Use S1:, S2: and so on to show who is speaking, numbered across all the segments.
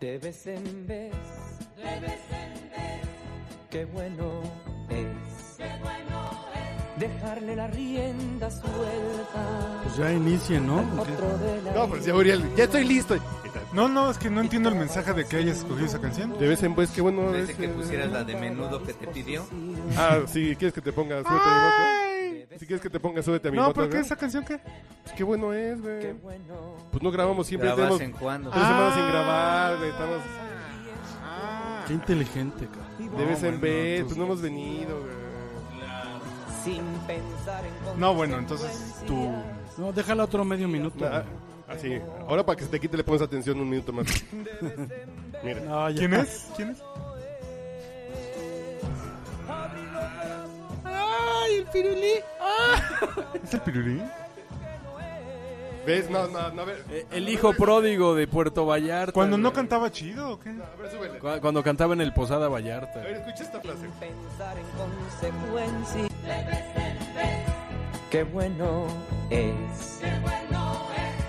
S1: De vez en vez,
S2: de vez en vez,
S1: qué bueno es
S2: qué bueno es.
S1: dejarle la rienda suelta.
S3: Pues ya inicie, ¿no?
S1: al potro de la
S4: No, pero ya Uriel, ya estoy listo.
S5: No, no, es que no entiendo el mensaje de que hayas escogido esa canción.
S3: De vez en vez, qué bueno.
S6: Desde
S3: es,
S6: que
S3: eh,
S6: pusieras la de menudo que te pidió.
S3: Ah, sí, ¿quieres que te ponga súbete a mi moto? Si quieres que te ponga súbete a mi
S5: No,
S3: moto,
S5: ¿por qué
S3: güey?
S5: esa canción qué?
S3: Pues Qué bueno es,
S1: Qué
S5: Ah.
S3: güey.
S1: bueno
S3: Pues no grabamos siempre,
S6: La
S3: tenemos
S6: vas
S3: tres
S6: en cuando.
S3: semanas
S4: Ah.
S3: sin grabar, güey. Estamos
S5: Ah,
S3: Qué inteligente, cabrón. De vez
S5: No,
S3: en
S5: bueno,
S3: vez,
S5: tú-
S3: pues no hemos venido, güey.
S1: sin pensar en
S5: No, bueno, entonces
S1: tú
S7: No, déjala otro medio minuto.
S3: Ah, Así, ahora para que se te quite le pones atención un minuto más. Mira,
S7: No, Ah, ya.
S5: ¿quién es? ¿Quién es? ¡Ah! ¡Ay, el pirulí! ¿Es el pirulí?
S3: ¿ves? No, no, no, a ver.
S7: Eh, El hijo pródigo de Puerto Vallarta.
S5: Cuando no
S7: güey.
S5: cantaba chido, ¿o qué?
S3: A ver, súbele.
S7: Cu- Cuando cantaba en el Posada
S3: A
S7: Vallarta.
S3: ver, escucha esta frase.
S1: pensar en consecuencias. Qué bueno es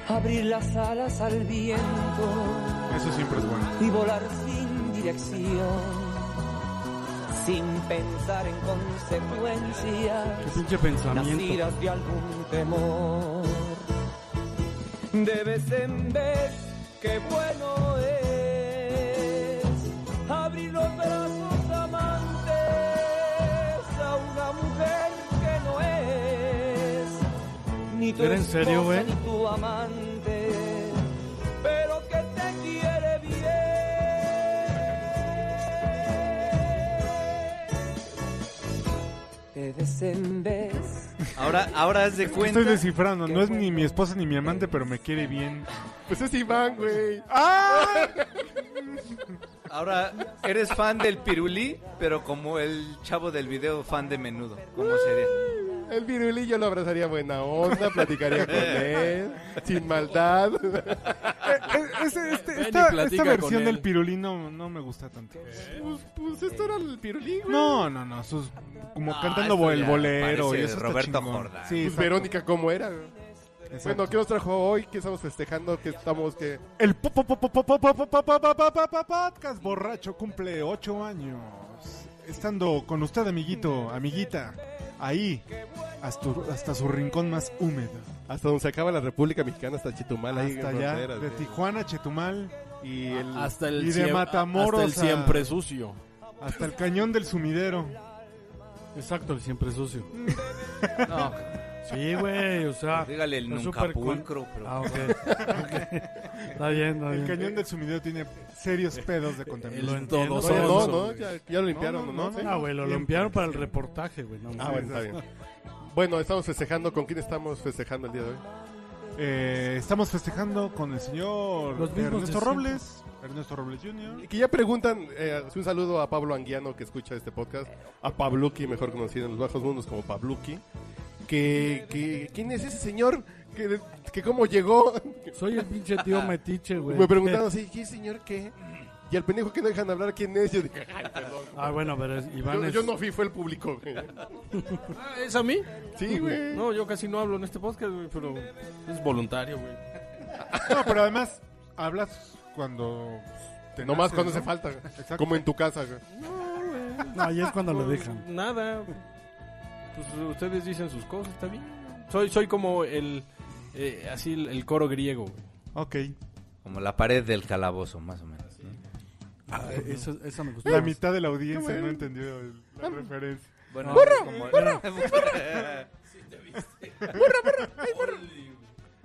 S1: abrir las alas al viento
S5: Eso siempre es bueno.
S1: y volar sin dirección. Sin pensar en
S7: Qué
S1: consecuencias
S7: pinche pensamiento.
S1: nacidas de algún temor. De vez en vez, qué bueno es abrir los brazos amantes a una mujer que no es ni tu
S7: ¿Era en
S1: esposa
S7: serio, güey?
S1: ni tu amante, pero que te quiere bien. De vez en vez.
S6: Ahora, ahora haz de cuenta.
S5: Estoy descifrando, no es ni mi esposa ni mi amante, pero me quiere bien.
S3: Pues es Iván, güey. Ah,
S6: Ahora eres fan del pirulí, pero como el chavo del video, fan de menudo. ¿Cómo sería?
S3: El virulí yo lo abrazaría buena onda, platicaría con él, sin maldad.
S5: Es- Eh, este-
S7: Ven y
S5: esta,
S7: platica
S5: esta
S7: con
S5: versión
S7: él.
S5: del pirulí no, no me gusta tanto.
S3: Pues, pues esto era el pirulí, güey.
S5: No, no, no, sus, como
S6: No,
S5: cantando
S6: esto
S5: el
S6: ya
S5: bolero. Y
S6: parece
S5: eso está
S6: Roberto
S5: chingón.
S6: Jordán.
S5: Sí,
S3: Pues
S5: exacto,
S3: Verónica, ¿cómo era? güey?
S5: exacto.
S3: Bueno, ¿qué nos trajo hoy? ¿Qué estamos festejando? ¿Qué estamos? ¿Qué?
S5: El po- po- po- po- po- po- po- po- po- po- po- po- po- podcast borracho cumple ocho años. Estando con usted, amiguito, amiguita, ahí, hasta, hasta su rincón más húmedo.
S3: Hasta donde se acaba la República Mexicana, hasta Chetumal, ahí en
S5: Hasta allá,
S3: fronteras,
S5: de
S3: güey.
S5: Tijuana, Chetumal, y el-
S7: Hasta el,
S5: y de
S7: siem-
S5: Matamoros
S7: hasta el
S5: a-
S7: siempre sucio.
S5: hasta el cañón del sumidero.
S7: Exacto, el siempre sucio.
S6: No,
S7: Sí, güey, o
S5: Ah,
S7: sea.
S6: dígale el
S5: pues
S7: Es
S6: nunca
S7: súper cool.
S6: pulcro. pero-
S7: Ah, ok. Ok. Está bien, está
S5: El
S7: bien.
S5: cañón del sumidero tiene serios
S7: Eh,
S5: pedos de
S7: Lo
S5: contaminación.
S7: entiendo.
S3: No,
S7: todo
S3: ya no,
S7: eso,
S3: no,
S7: güey.
S3: ya, ya lo limpiaron, ¿no?
S5: No, no, no,
S3: Sí.
S7: Ah, güey, lo
S5: Siempre.
S7: limpiaron para el reportaje, güey. no
S3: Ah,
S7: mames.
S3: bueno, está bien. Bueno, estamos festejando. ¿Con quién estamos festejando el día de hoy?
S5: Eh, estamos festejando con el señor
S7: Los mismos de
S5: Ernesto
S7: siempre.
S5: Robles, Ernesto Robles Jr.
S3: Y Que ya preguntan, eh, un saludo a Pablo Anguiano que escucha este podcast, a Pabluki, mejor conocido en los bajos mundos como Pabluki, que, que ¿quién es ese señor? Que, que cómo llegó.
S7: Soy el pinche tío metiche, güey.
S3: Me preguntaron así, ¿qué señor qué? Y al pendejo que no dejan hablar, ¿quién es? Yo dije, "Ay, perdón.
S7: Ah, bueno, pero es- Iván
S3: Yo,
S7: es...
S3: yo no fui, fue el público.
S7: Ah, ¿Es a mí?
S3: Sí, güey.
S7: No, yo casi no hablo en este podcast, güey, pero es voluntario, güey.
S5: No, pero además hablas cuando te
S3: Nomás
S5: nace,
S3: cuando
S5: ¿no?
S3: hace falta,
S5: Exacto.
S3: como en tu casa. güey.
S7: No, ahí es cuando lo dejan.
S8: Nada. Pues ustedes dicen sus cosas, está bien. Soy, soy como el. eh, así el, el coro griego.
S5: Ok,
S6: Como la pared del calabozo, más o menos. ¿no?
S7: Ah,
S3: eh,
S7: esa, esa me gustó.
S5: la mitad de la audiencia no entendió el- la referencia.
S6: Bueno,
S7: ¡Burro!
S6: como-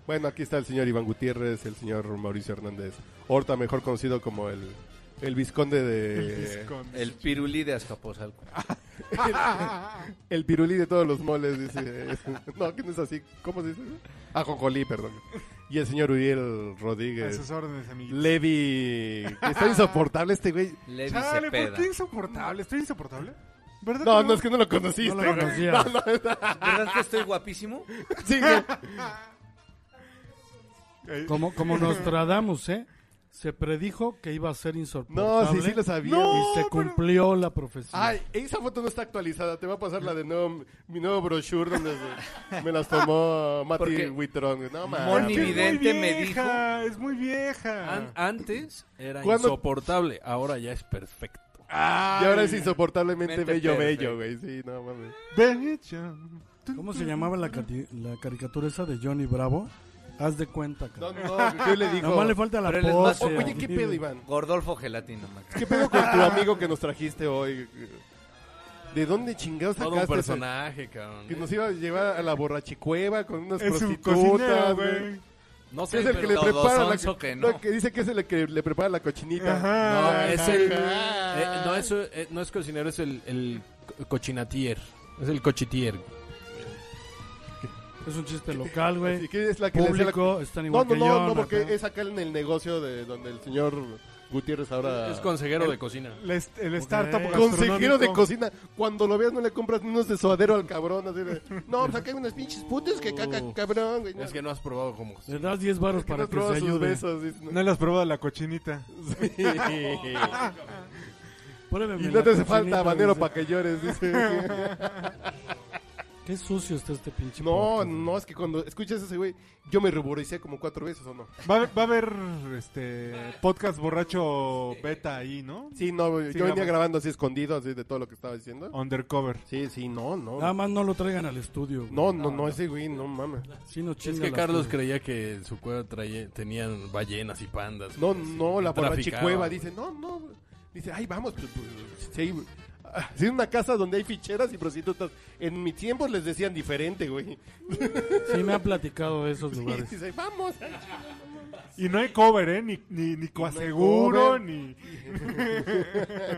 S3: Bueno, aquí está el señor Iván Gutiérrez, el señor Mauricio Hernández Horta, mejor conocido como el, el vizconde de...
S5: Visconde.
S6: el pirulí de Azcapotzalco.
S3: El pirulí de todos los moles, dice. No, que no es así. ¿Cómo se dice? Ajonjolí, perdón. Y el señor Uriel
S5: A
S3: Rodríguez.
S5: sus órdenes, amiguitos.
S3: Levi. Está insoportable este güey.
S6: Levi
S5: Chale, ¿por
S6: Cepeda.
S5: qué insoportable? ¿Estoy insoportable? ¿Verdad?
S3: No,
S5: que
S3: no, es que no lo conociste.
S7: No lo
S3: güey.
S7: conocías.
S3: No, no,
S6: ¿Verdad que estoy guapísimo?
S3: sí, güey.
S5: Eh,
S7: Como, como Nostradamus, ¿eh? Se predijo que iba a ser insoportable.
S3: No, sí, sí lo sabía.
S7: y se cumplió la profecía.
S3: Ay, esa foto no está actualizada. Te va a pasar la de nuevo, mi nuevo brochure donde se- me las tomó Mati
S6: Porque-
S3: Huitrón. No,
S5: Es
S6: Moni-
S3: mames.
S5: que es muy
S6: Evidente me
S5: vieja, Es muy vieja.
S7: An- antes era
S3: ¿Cuándo- Ah,
S7: insoportable, ahora ya es perfecto.
S3: Y ahora es insoportablemente
S6: Mente
S3: bello,
S6: perfecta.
S3: bello, güey. Sí, no mames.
S5: Bella.
S7: ¿Cómo se llamaba la, cati- la caricatura esa de Johnny Bravo? Haz de cuenta,
S3: No,
S7: cabrón.
S3: no, ¿qué le dijo?
S7: Nomás le falta la
S6: Pero él es más-
S7: pose.
S3: O- Oye, ¿qué pedo, Iván?
S6: Gordolfo Gelatino, man.
S3: ¿Qué pedo con tu amigo que nos trajiste hoy? ¿De dónde chingados
S7: Todo un
S3: sacaste? ese-
S7: personaje, cabrón.
S3: Que nos iba a llevar a la borrachicueva con unas
S5: Es un cocinero,
S3: prostitutas, güey.
S5: güey.
S7: No
S3: Es
S7: sé,
S3: el que le
S6: todo
S3: prepara la
S6: sonso que
S3: no,
S6: no.
S3: que dice que es el que le prepara la cochinita.
S7: No,
S3: Ah,
S5: Ajá.
S7: es el,
S3: Ajá.
S7: eh, no, eso, eh, no es cocinero, es el, el co- cochinatier. Es el cochitier. Es un chiste local,
S3: Así
S7: güey.
S3: que es la que le hace la-
S7: Público, están
S3: No,
S7: igual
S3: no,
S7: que
S3: no,
S7: yo.
S3: no, porque
S7: acá.
S3: es acá en el negocio de donde el señor Gutiérrez ahora
S7: Es consejero de cocina.
S5: La est- el startup
S3: consejero de
S5: gastronómico.
S3: cocina. Cuando lo veas no le compras ni unos de suadero al cabrón, así de, no, pues acá hay unas pinches putas que caca, cabrón, güey. No,
S7: Es que no has probado como. Le das 10
S3: Es
S7: baros
S3: que
S7: para
S3: no
S7: que se
S3: prueba sus
S7: ayude.
S3: besos. dice, no.
S5: No le has probado la cochinita.
S7: Pruébeme
S3: Y
S7: la
S3: no te hace
S7: cochinita,
S3: falta habanero
S7: dice.
S3: para que llores, dice.
S7: Qué sucio está este pinche.
S3: No,
S7: podcast.
S3: no, es que cuando escuchas ese güey, yo me ruboricé como cuatro veces, ¿o no?
S5: Va, a- va a haber este podcast borracho beta ahí, ¿no?
S3: Sí, no, güey,
S5: Sí,
S3: yo venía
S5: grabamos.
S3: grabando así escondido, así de todo lo que estaba diciendo.
S5: Undercover.
S3: Sí, sí, no, no.
S7: Nada más no lo traigan al estudio. güey.
S3: No, no, no, ese güey, no mames.
S7: Sí nos
S8: Es
S7: chinga
S8: que
S7: la
S8: Carlos
S7: tele.
S8: creía que en su cueva traía, tenían ballenas y pandas.
S3: No,
S8: güey, así,
S3: no, la
S8: que traficaban.
S3: borrachicueva dice, no, no. Dice, ay, vamos. pues, pues, Sí, güey. Ah, sí, una casa donde hay ficheras y prostitutas. En mi tiempo les decían diferente, güey.
S7: Sí me han platicado de esos
S3: Y
S7: lugares.
S3: dice, vamos.
S5: Y no hay cover, ¿eh? Ni, ni, ni coaseguro,
S3: cover.
S5: ni...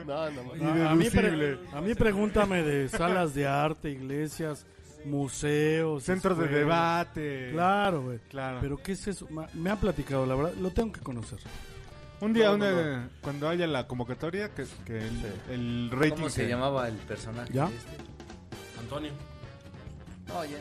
S3: No, no, no.
S7: A, a mí pre-
S5: Irreducible.
S7: a mí pregúntame de salas de arte, iglesias, museos,
S5: Centros de
S7: escuelas.
S5: debate.
S7: Claro, güey.
S5: Claro.
S7: Pero ¿qué es eso? Ma- Me han platicado, la verdad, lo tengo que conocer.
S5: Un día,
S3: No,
S5: una-
S3: no,
S5: cuando haya la convocatoria, que, que el, el rating...
S6: ¿Cómo se
S5: que-
S6: llamaba el personaje?
S7: ¿Ya?
S6: este?
S8: Antonio.
S6: No, ya.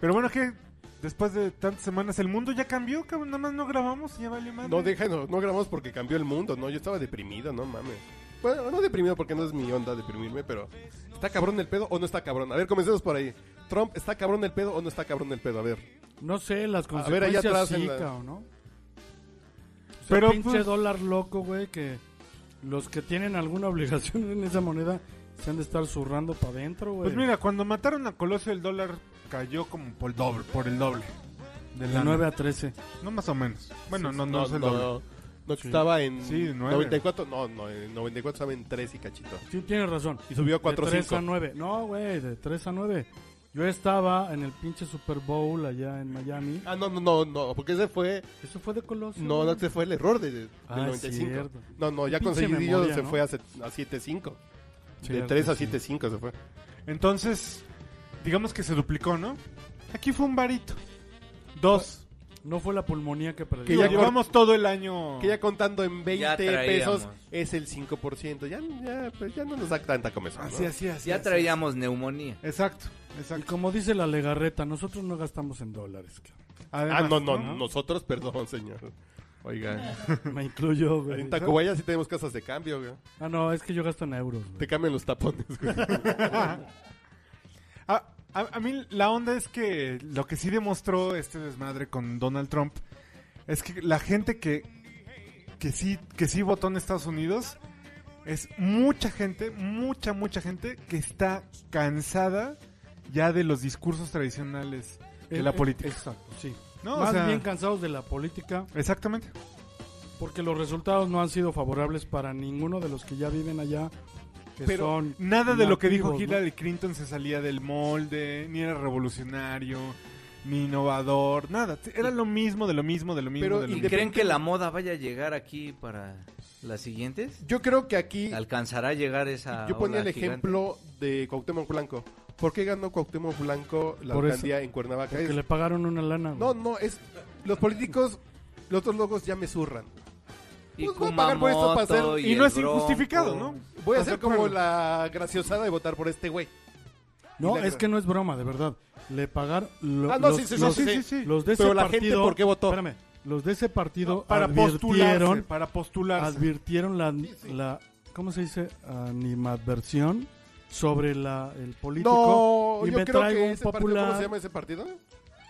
S5: Pero bueno, que después de tantas semanas el mundo ya cambió, cabrón. Nada más no grabamos y ya valió madre.
S3: No, deja, no, no grabamos porque cambió el mundo, no. Yo estaba deprimido, no mames. Bueno, no deprimido porque no es mi onda deprimirme, pero ¿está cabrón el pedo o no está cabrón? A ver, comencemos por ahí. Trump, ¿está cabrón el pedo o no está cabrón el pedo? A ver.
S7: No sé, las
S3: A ver, allá
S7: consecuencias
S3: atrás en
S7: sí,
S3: la-
S7: cabrón, ¿no? O sea,
S5: Pero,
S7: pinche
S5: pues-
S7: dólar loco, güey, que los que tienen alguna obligación en esa moneda se han de estar zurrando para adentro, güey.
S5: Pues mira, cuando mataron a Colosio el dólar cayó como por el doble. Por el doble. De
S7: de
S5: lana.
S7: 9 a 13.
S5: No más o menos. Bueno, no, no, es el doble.
S3: no, no, que estaba en
S5: Sí, nueve.
S3: 94, no, no, en 94 estaba en 3 y cachito.
S7: Sí, tienes razón.
S3: Y subió a
S7: de 3 a
S3: 4.5.
S7: 9. No, güey, de 3 a 9. Yo estaba en el pinche Super Bowl allá en Miami.
S3: Ah, no, no, no, no, porque ese fue,
S7: Eso fue de Colosio.
S3: no, no, ese fue el error de, del
S7: Ah,
S3: 95.
S7: cierto.
S3: No, no, ya
S7: Pinche
S3: con Seguidillo
S7: memoria,
S3: se
S7: ¿no?
S3: fue a, set- a 7.5. De
S7: Cierto,
S3: 3 a
S7: sí.
S3: 7.5 se fue.
S5: Entonces, digamos que se duplicó, ¿no? Aquí fue un varito. Dos.
S3: Pues,
S7: No fue la pulmonía que perdí.
S3: Que
S5: Que
S3: ya
S5: ya
S3: cor-
S5: llevamos todo el año.
S3: Que ya contando en 20
S6: Ya traíamos.
S3: pesos es el 5%. Ya, ya, pues ya no nos da tanta comezón.
S5: Así,
S3: ¿no?
S5: así, así.
S6: Ya
S5: así.
S6: traíamos neumonía.
S5: Exacto,
S7: Y
S5: exacto.
S7: como dice la legarreta, nosotros no gastamos en dólares. cabrón.
S3: Ah,
S5: Además,
S3: no, no, nosotros, perdón, señor. Oiga,
S7: Me incluyo, güey.
S3: en Tacubaya sí tenemos casas de cambio, güey.
S7: Ah, no, es que yo gasto en euros, güey.
S3: Te cambian los tapones, güey.
S5: A, Ah, a- a mí la onda es que lo que sí demostró este desmadre con Donald Trump es que la gente que, que, sí, que sí votó en Estados Unidos es mucha gente, mucha, mucha gente que está cansada ya de los discursos tradicionales de
S7: Eh,
S5: la
S7: eh,
S5: política.
S7: Exacto, sí.
S5: ¿no? O
S7: Más
S5: sea,
S7: bien cansados de la política
S5: exactamente.
S7: porque los resultados no han sido favorables para ninguno de los que ya viven allá, que
S5: Pero
S7: son
S5: Nada de lo que dijo
S7: nativos, ¿no?
S5: Hillary Clinton se salía del molde, ni era revolucionario, ni innovador, nada. Era lo mismo, de lo mismo, de lo mismo,
S3: Pero
S5: de lo
S3: y
S6: ¿Y
S5: mismo.
S6: creen que la moda vaya a llegar aquí para las siguientes?
S3: Yo creo que aquí
S6: ¿Alcanzará a llegar esa
S3: Yo ponía el
S6: ola
S3: ejemplo de Cuauhtémoc Blanco. ¿Por qué ganó Cuauhtémoc Blanco la
S7: Por eso.
S3: alcaldía en Cuernavaca?
S7: Porque
S3: Es-
S7: le pagaron una lana.
S3: No,
S7: güey.
S3: no, es los políticos, los otros locos ya me zurran.
S6: gigante? Y
S3: Pues voy a pagar por esto para hacer-
S6: Kumamoto
S5: Y no
S6: el
S5: es injustificado,
S6: Bronco.
S5: ¿no?
S3: Voy a
S5: ¿Estás
S3: ser
S5: de acuerdo?
S3: como la graciosada de votar por este güey.
S7: No,
S3: Y la-
S7: es que no es broma, de verdad. Le pagaron lo-
S3: Ah, no,
S7: los,
S3: sí, sí, sí,
S7: los-
S3: sí, sí,
S5: sí.
S7: los de ese
S3: Pero la
S7: partido-
S3: gente, ¿por qué votó?
S7: Espérame, los de ese partido
S5: para postularse,
S7: advirtieron,
S5: para postularse.
S7: advirtieron la, la, ¿cómo se dice? Animadversión sobre la, el político.
S3: No,
S7: y
S3: yo
S7: me
S3: creo
S7: traigo
S3: que
S7: un
S3: ese partido, ¿cómo
S7: popular.
S3: se llama ese partido?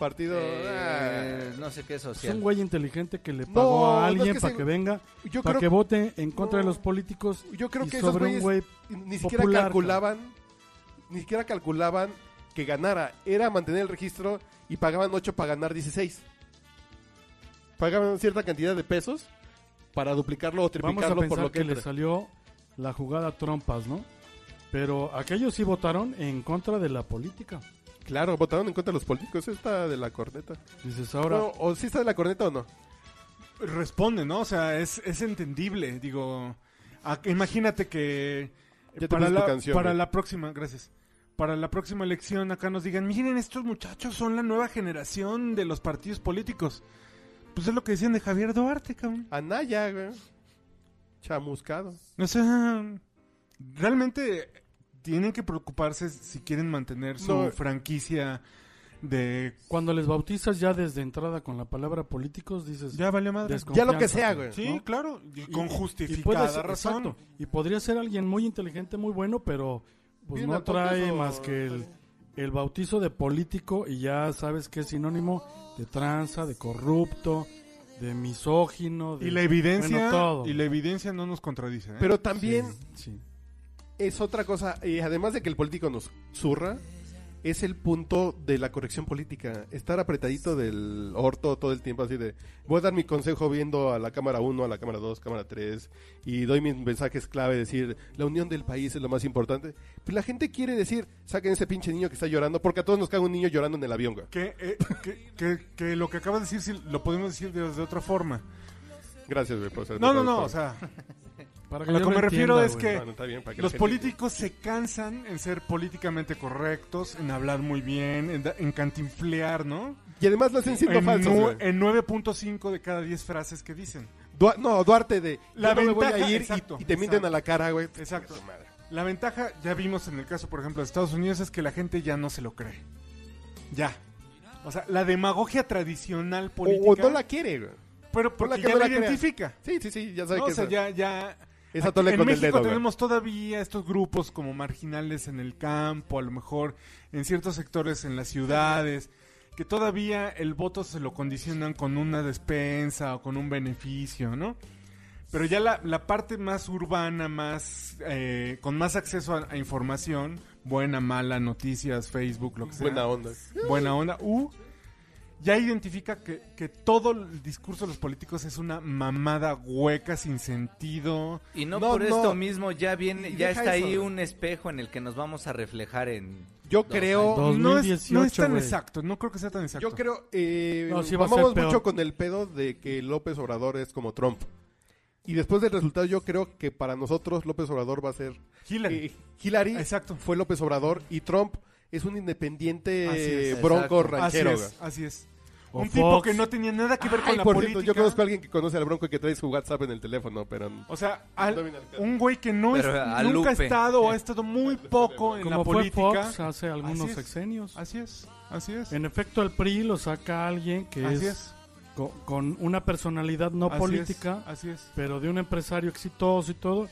S3: Partido...
S6: Eh,
S3: ah.
S6: no sé qué
S7: es un
S6: social.
S7: güey inteligente que le pagó
S3: no
S7: a
S3: es
S7: alguien
S3: que
S7: para
S3: se-
S7: que venga,
S3: yo creo
S7: para que vote en contra de los políticos
S3: Yo creo
S7: y
S3: que esos
S7: sobre un
S3: güeyes
S7: güey
S3: ni siquiera
S7: popular,
S3: calculaban, ni siquiera calculaban que ganara. Era mantener el registro y pagaban 8 para ganar 16. Pagaban cierta cantidad de pesos para duplicarlo o
S7: Vamos a
S3: triplicarlo por
S7: pensar
S3: lo que,
S7: que, le
S3: entra.
S7: salió la jugada a trompas, ¿no? Pero aquellos sí votaron en contra de la política.
S3: Claro, votaron en contra de los políticos. Eso está de la corneta.
S7: Dices, ahora,
S3: Bueno, o si está de la corneta o no.
S5: Responde, ¿no? O sea, es, es entendible. Digo, a- imagínate que
S3: Ya te
S5: para,
S3: puse tu
S5: la,
S3: canción,
S5: para
S3: güey.
S5: la próxima, gracias. Para la próxima elección acá nos digan, miren, estos muchachos son la nueva generación de los partidos políticos. Pues es lo que decían de Javier Duarte, cabrón.
S3: Anaya, güey. Chamuscado.
S7: Eh,
S5: O sea, realmente tienen que preocuparse si quieren mantener su
S3: No.
S5: franquicia de...
S7: cuando les bautizas ya desde entrada con la palabra políticos, dices,
S5: Ya valió madre.
S3: Ya lo que sea,
S7: desconfianza,
S3: güey.
S5: Sí,
S7: ¿no?
S5: claro. y
S7: Y-
S5: con
S7: y- y
S5: justificada
S7: puede ser-
S5: razón.
S7: exacto. Y podría ser alguien muy inteligente, muy bueno, pero pues
S3: Bien,
S7: no
S3: entonces,
S7: trae
S3: o-
S7: más que el, el bautizo de político y ya sabes que es sinónimo de tranza, de corrupto, de misógino. De,
S5: Y la evidencia,
S7: bueno, todo.
S5: y la evidencia no nos contradice. ¿eh?
S3: Pero también
S7: Sí.
S3: es otra cosa, y además de que el político nos zurra, es el punto de la corrección política. Estar apretadito del orto todo el tiempo, así de, voy a dar mi consejo viendo a la cámara 1, a la cámara 2, cámara 3, y doy mis mensajes clave, decir, la unión del país es lo más importante. Pues la gente quiere decir, saquen ese pinche niño que está llorando, porque a todos nos caga un niño llorando en el avión, güey.
S5: que, eh, que, que- que lo que acabas de decir sí, lo podemos decir de, de otra forma.
S3: Gracias, güey. por ser-
S5: No, no, no, o sea,
S7: Para
S5: A lo
S7: yo
S5: que me refiero
S7: entienda,
S5: es
S7: güey.
S5: que-
S3: Bueno, está bien, para que la
S5: los
S3: gente-
S5: políticos se cansan en ser políticamente correctos, en hablar muy bien, en, da- en cantinflear, ¿no?
S3: Y además lo hacen siendo
S5: En,
S3: falsos,
S5: nu-
S3: güey.
S5: en 9.5 de cada 10 frases que dicen.
S3: Dua- no, Duarte de,
S5: La
S3: yo no me voy a
S5: ventaja-
S3: ir y-
S5: exacto,
S3: y, te mienten
S5: exacto.
S3: a la cara, güey.
S5: Exacto.
S3: Su madre.
S5: La ventaja, ya vimos en el caso, por ejemplo, de Estados Unidos, es que la gente ya no se lo cree. Ya. O sea, la demagogia tradicional política.
S3: O, o no la quiere, güey.
S5: pero porque
S3: la que
S5: ya
S3: no
S5: la
S3: la crea.
S5: identifica.
S3: Sí, sí, sí, ya sabes
S5: No,
S3: que
S5: o sea,
S3: es-
S5: ya, ya.
S3: es
S5: Aquí-
S3: atole
S5: en
S3: con el
S5: México
S3: dedo. güey.
S5: tenemos todavía estos grupos como marginales en el campo, a lo mejor en ciertos sectores en las ciudades, que todavía el voto se lo condicionan con una despensa o con un beneficio, ¿no? Pero ya la, la parte más urbana, más eh, con más acceso a, a información, buena, mala, noticias, Facebook, lo que sea
S3: Buena onda.
S5: buena onda. U ya identifica que, que todo el discurso de los políticos es una mamada hueca, sin sentido.
S6: Y no,
S3: No,
S6: por
S3: no.
S6: esto mismo ya viene,
S3: Y
S6: ya
S3: deja
S6: está
S3: eso,
S6: ahí
S3: güey.
S6: un espejo en el que nos vamos a reflejar en.
S3: Yo
S6: Dos
S3: creo,
S7: años.
S5: no, es, no es
S7: 2018,
S5: tan
S7: güey.
S5: exacto, no creo que sea tan exacto.
S3: yo creo, eh,
S7: No, sí va a ser
S3: vamos
S7: peor.
S3: mucho con el pedo de que López Obrador es como Trump. Y después del resultado, yo creo que para nosotros López Obrador va a ser
S5: Hillary.
S3: eh, Hillary.
S5: Exacto.
S3: Fue López Obrador y Trump es un independiente
S5: Así es.
S3: eh, bronco
S6: Exacto.
S5: así
S3: ranchero.
S5: es,
S3: güey.
S5: así es.
S7: O
S5: Un tipo
S7: Fox.
S5: que no tenía nada que ver con
S3: Ay,
S5: la
S3: por
S5: política.
S3: cierto, yo conozco a alguien que conoce al bronco y que trae su WhatsApp en el teléfono, pero
S5: O sea, al-
S3: Domina el caso.
S5: un güey que no es,
S6: Pero
S5: nunca ha
S6: a Lupe.
S5: estado o ha estado muy poco en la
S7: Como fue
S5: política.
S7: Fox hace algunos
S5: es.
S7: sexenios.
S5: Así es, así es.
S7: En efecto, el PRI lo saca alguien que
S5: así
S7: es,
S5: es.
S7: co- Con, una personalidad no
S5: así es,
S7: política.
S5: Así es.
S7: pero de un empresario exitoso y todo.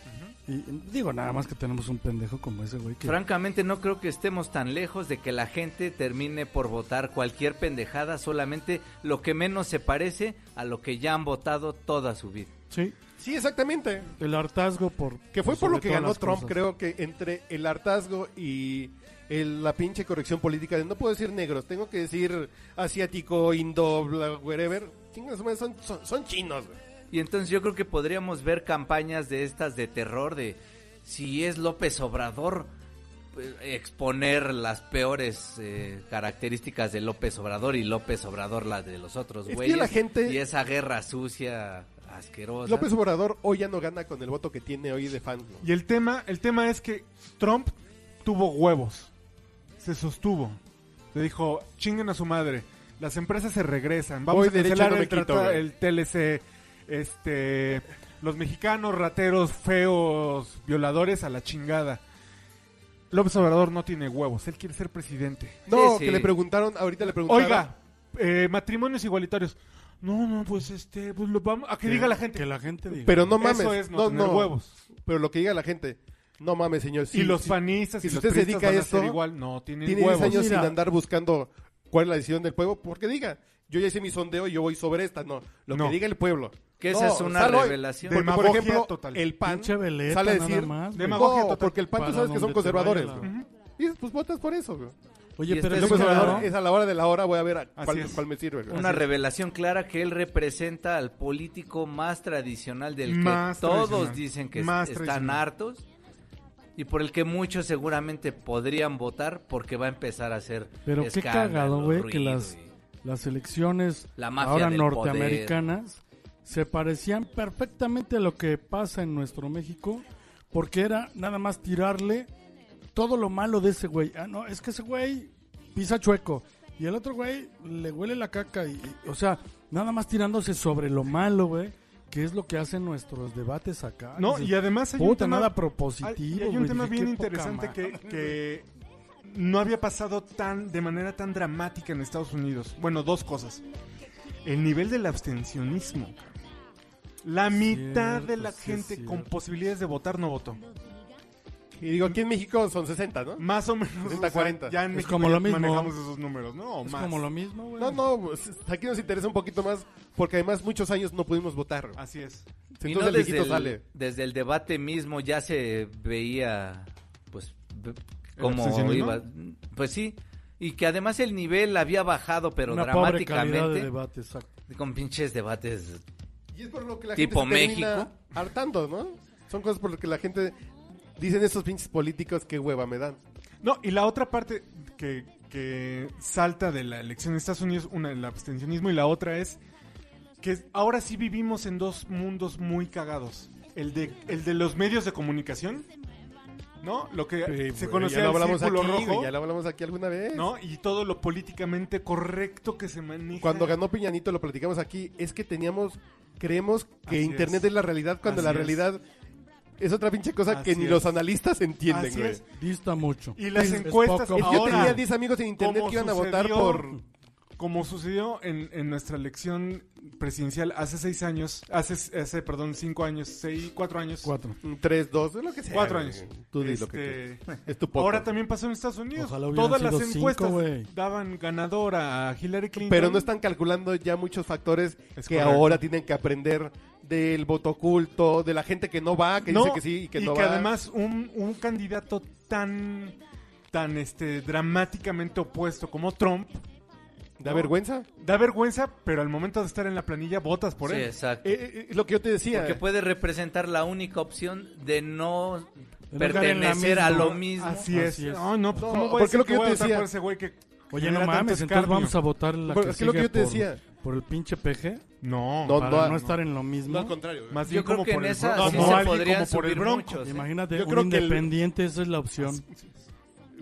S7: Y digo, nada más que tenemos un pendejo como ese güey que
S6: Francamente, no creo que estemos tan lejos de que la gente termine por votar cualquier pendejada, solamente lo que menos se parece a lo que ya han votado toda su vida.
S7: sí,
S3: Sí, exactamente.
S7: el hartazgo por
S3: Que
S5: Pues
S3: fue por
S7: sobre
S3: lo que
S7: todas
S3: ganó
S7: las
S3: Trump,
S7: cosas.
S3: creo que entre el hartazgo y el- la pinche corrección política de no puedo decir negros, tengo que decir asiático, indo, bla, wherever. Chingas, madre, son, son, son chinos, güey.
S6: Y entonces yo creo que podríamos ver campañas de estas de terror, de si es López Obrador, pues, exponer las peores eh, características de López Obrador y López Obrador las de los otros
S3: Es que
S6: güeyes.
S3: la gente-
S6: Y esa guerra sucia, asquerosa.
S3: López Obrador hoy ya no gana con el voto que tiene hoy de fan.
S5: Y el tema, el tema es que Trump tuvo huevos. Se sostuvo. Le dijo, chinguen a su madre. Las empresas se regresan. Vamos
S3: Voy
S5: a
S3: derecho,
S5: cancelar
S3: no
S5: el,
S3: me quito,
S5: trata-
S3: güey".
S5: el TLC. Este, los mexicanos rateros, feos, violadores a la chingada. López Obrador no tiene huevos. Él quiere ser presidente.
S3: No,
S6: Sí, sí.
S3: que le preguntaron, ahorita le preguntaron.
S5: Oiga, eh, matrimonios igualitarios. No, no, pues este, pues lo vamos a que diga la gente.
S7: Que la gente diga.
S3: Pero no mames.
S5: Eso es no,
S3: no,
S5: tener
S3: no.
S5: huevos.
S3: Pero lo que diga la gente, no mames, señor. sí,
S5: y los
S3: sí,
S5: panistas
S3: si
S5: y los
S3: usted se
S5: priistas
S3: dedica a
S5: van ser
S3: eso,
S5: igual, no tienen
S3: Tiene 10
S5: huevos.
S3: años
S7: Mira.
S3: sin andar buscando cuál es la decisión del pueblo, porque diga, yo ya hice mi sondeo y yo voy sobre esta. No, lo
S5: No.
S3: que diga el pueblo.
S6: Que
S3: No,
S6: esa es una
S3: sal hoy.
S6: revelación.
S5: De-
S3: Porque, por
S5: Demagogia
S3: ejemplo,
S5: total.
S3: el PAN
S7: Pinche veleta,
S3: sale a
S7: nada
S3: decir,
S7: más, güey.
S5: Demagogia
S3: no,
S5: total.
S3: porque el PAN tú
S7: Para
S3: sabes que
S7: donde
S3: son
S7: te
S3: conservadores.
S7: vayas,
S3: güey. Y dices, pues votas por eso. güey.
S6: Y
S7: Oye, pero
S6: este
S7: es
S6: es
S3: López
S6: claro.
S3: Obrador es a la hora de la hora, voy a ver a
S5: Así
S3: cuál,
S5: es.
S3: cuál me sirve. güey.
S6: Una revelación clara que él representa al político más tradicional del que
S5: Más
S6: todos
S5: tradicional.
S6: dicen que es-
S5: Más
S6: están
S5: tradicional.
S6: hartos y por el que muchos seguramente podrían votar porque va a empezar a hacer
S7: Pero qué
S6: escándalo,
S7: cagado, güey, que
S6: ruido
S7: las-
S6: y-
S7: las elecciones
S6: La mafia
S7: ahora
S6: del
S7: norteamericanas se parecían perfectamente a lo que pasa en nuestro México, porque era nada más tirarle todo lo malo de ese güey. Ah, no, es que ese güey pisa chueco y el otro güey le huele la caca y, y- o sea, nada más tirándose sobre lo malo, güey, que es lo que hacen nuestros debates acá.
S5: No,
S7: Dices,
S5: y además hay un
S7: puta
S5: tema-
S7: nada
S5: Hay-
S7: propositivo,
S5: y hay un
S7: güey.
S5: tema
S7: Dije,
S5: bien
S7: qué poca
S5: interesante
S7: madre.
S5: que, que no había pasado tan de manera tan dramática en Estados Unidos. Bueno, dos cosas. El nivel del abstencionismo. cabrón. La mitad de
S7: Cierto,
S5: la
S7: sí es
S5: gente con
S7: cierto.
S5: posibilidades de votar no votó.
S3: Y digo, aquí en México son 60, ¿no?
S5: Más o menos.
S3: 60,
S5: o sea,
S3: 40.
S5: ya en
S7: Es
S5: México
S7: como
S5: ya
S7: lo mismo.
S5: manejamos esos números, ¿no? O
S7: Es
S5: más.
S7: como lo mismo, güey.
S3: No, no, pues, aquí nos interesa un poquito más, porque además muchos años no pudimos votar. güey.
S5: Así es.
S6: Y
S3: Entonces
S6: no
S3: el
S6: desde,
S3: viejito
S6: el,
S3: sale.
S6: desde el debate mismo ya se veía, pues, b- cómo
S5: abstencionismo?
S6: iba. Pues sí, y que además el nivel había bajado, pero
S7: Una pobre calidad de
S6: dramáticamente,
S7: debate, exacto.
S6: con pinches debates.
S3: Y es por lo que la
S6: Tipo
S3: gente se termina
S6: México.
S3: hartando, ¿no? Son cosas por las que la gente... Dicen esos pinches políticos, qué hueva me dan.
S5: No, y la otra parte que, que salta de la elección de Estados Unidos, una el abstencionismo y la otra es que ahora sí vivimos en dos mundos muy cagados. El de, el de los medios de comunicación, ¿no? Lo que se conocía
S3: ya lo
S5: el
S3: hablamos aquí,
S5: círculo
S3: güey,
S5: rojo,
S3: ya lo hablamos aquí alguna vez.
S5: ¿no? Y todo lo políticamente correcto que se maneja.
S3: Cuando ganó Piñanito, lo platicamos aquí, es que teníamos, creemos que
S5: Así
S3: Internet
S5: es.
S3: es. la realidad cuando
S5: Así
S3: la
S5: es.
S3: realidad es otra pinche cosa que
S5: Así
S3: ni
S5: es.
S3: los analistas entienden,
S5: Así
S3: güey.
S5: es.
S3: Es
S7: Dista mucho.
S5: Y las
S7: Es- es
S5: encuestas
S7: poco,
S5: que
S3: que Yo
S5: Ahora,
S3: tenía 10 amigos en Internet
S5: como
S3: que iban a votar
S5: sucedió-
S3: por...
S5: Como sucedió en, en nuestra elección presidencial hace seis años, hace, hace perdón, cinco años, seis, cuatro años.
S7: Cuatro.
S3: 3, 2, lo que sea.
S5: Cuatro
S3: güey.
S5: años.
S3: Tú di lo
S5: Este,
S3: que quieras. Es tu podcast.
S5: Ahora también pasó en Estados Unidos.
S7: Ojalá hubieran
S5: Todas las
S7: sido cinco,
S5: encuestas
S7: güey.
S5: daban ganadora a Hillary Clinton.
S3: Pero no están calculando ya muchos factores
S5: Es
S3: que
S5: correcto.
S3: ahora tienen que aprender del voto oculto, de la gente que no va, que
S5: No,
S3: dice que sí y que no va.
S5: además un, un candidato tan tan este dramáticamente opuesto como Trump
S3: ¿Da
S5: no.
S3: vergüenza?
S5: da vergüenza, pero al momento de estar en la planilla votas por
S6: Sí,
S5: él.
S6: exacto.
S3: Eh, eh, eh, lo que yo te decía.
S6: Porque puede representar la única opción de no
S7: en la
S6: pertenecer
S7: misma.
S6: a lo mismo.
S5: Así, es.
S7: Así es.
S5: No, no, pues,
S3: No,
S5: ¿cómo voy a
S3: porque
S5: decir
S3: lo que
S5: que
S3: yo
S5: voy a
S3: te
S5: votar
S3: decía-
S5: por ese güey que
S7: Oye,
S5: genera
S7: no
S5: tanto
S7: mames, entonces
S5: escarnio?
S7: vamos a votar la
S3: Pero
S7: que
S3: es que lo
S7: sigue
S3: que yo te
S7: por-
S3: decía.
S7: por el pinche PG
S5: No,
S3: No,
S7: para
S3: no,
S7: no,
S3: no.
S7: estar en lo mismo.
S3: No, al contrario. ¿eh? güey.
S5: más bien
S6: Yo creo
S5: como
S6: que
S5: por
S6: en
S5: el
S6: esa
S5: Bronco.
S6: sí
S5: No,
S6: se
S5: alguien
S6: podrían
S5: como por el
S6: subir
S5: Bronco.
S6: muchos. ¿eh?
S7: Imagínate,
S3: Yo
S7: un
S3: creo que el-
S7: independiente, esa es la opción.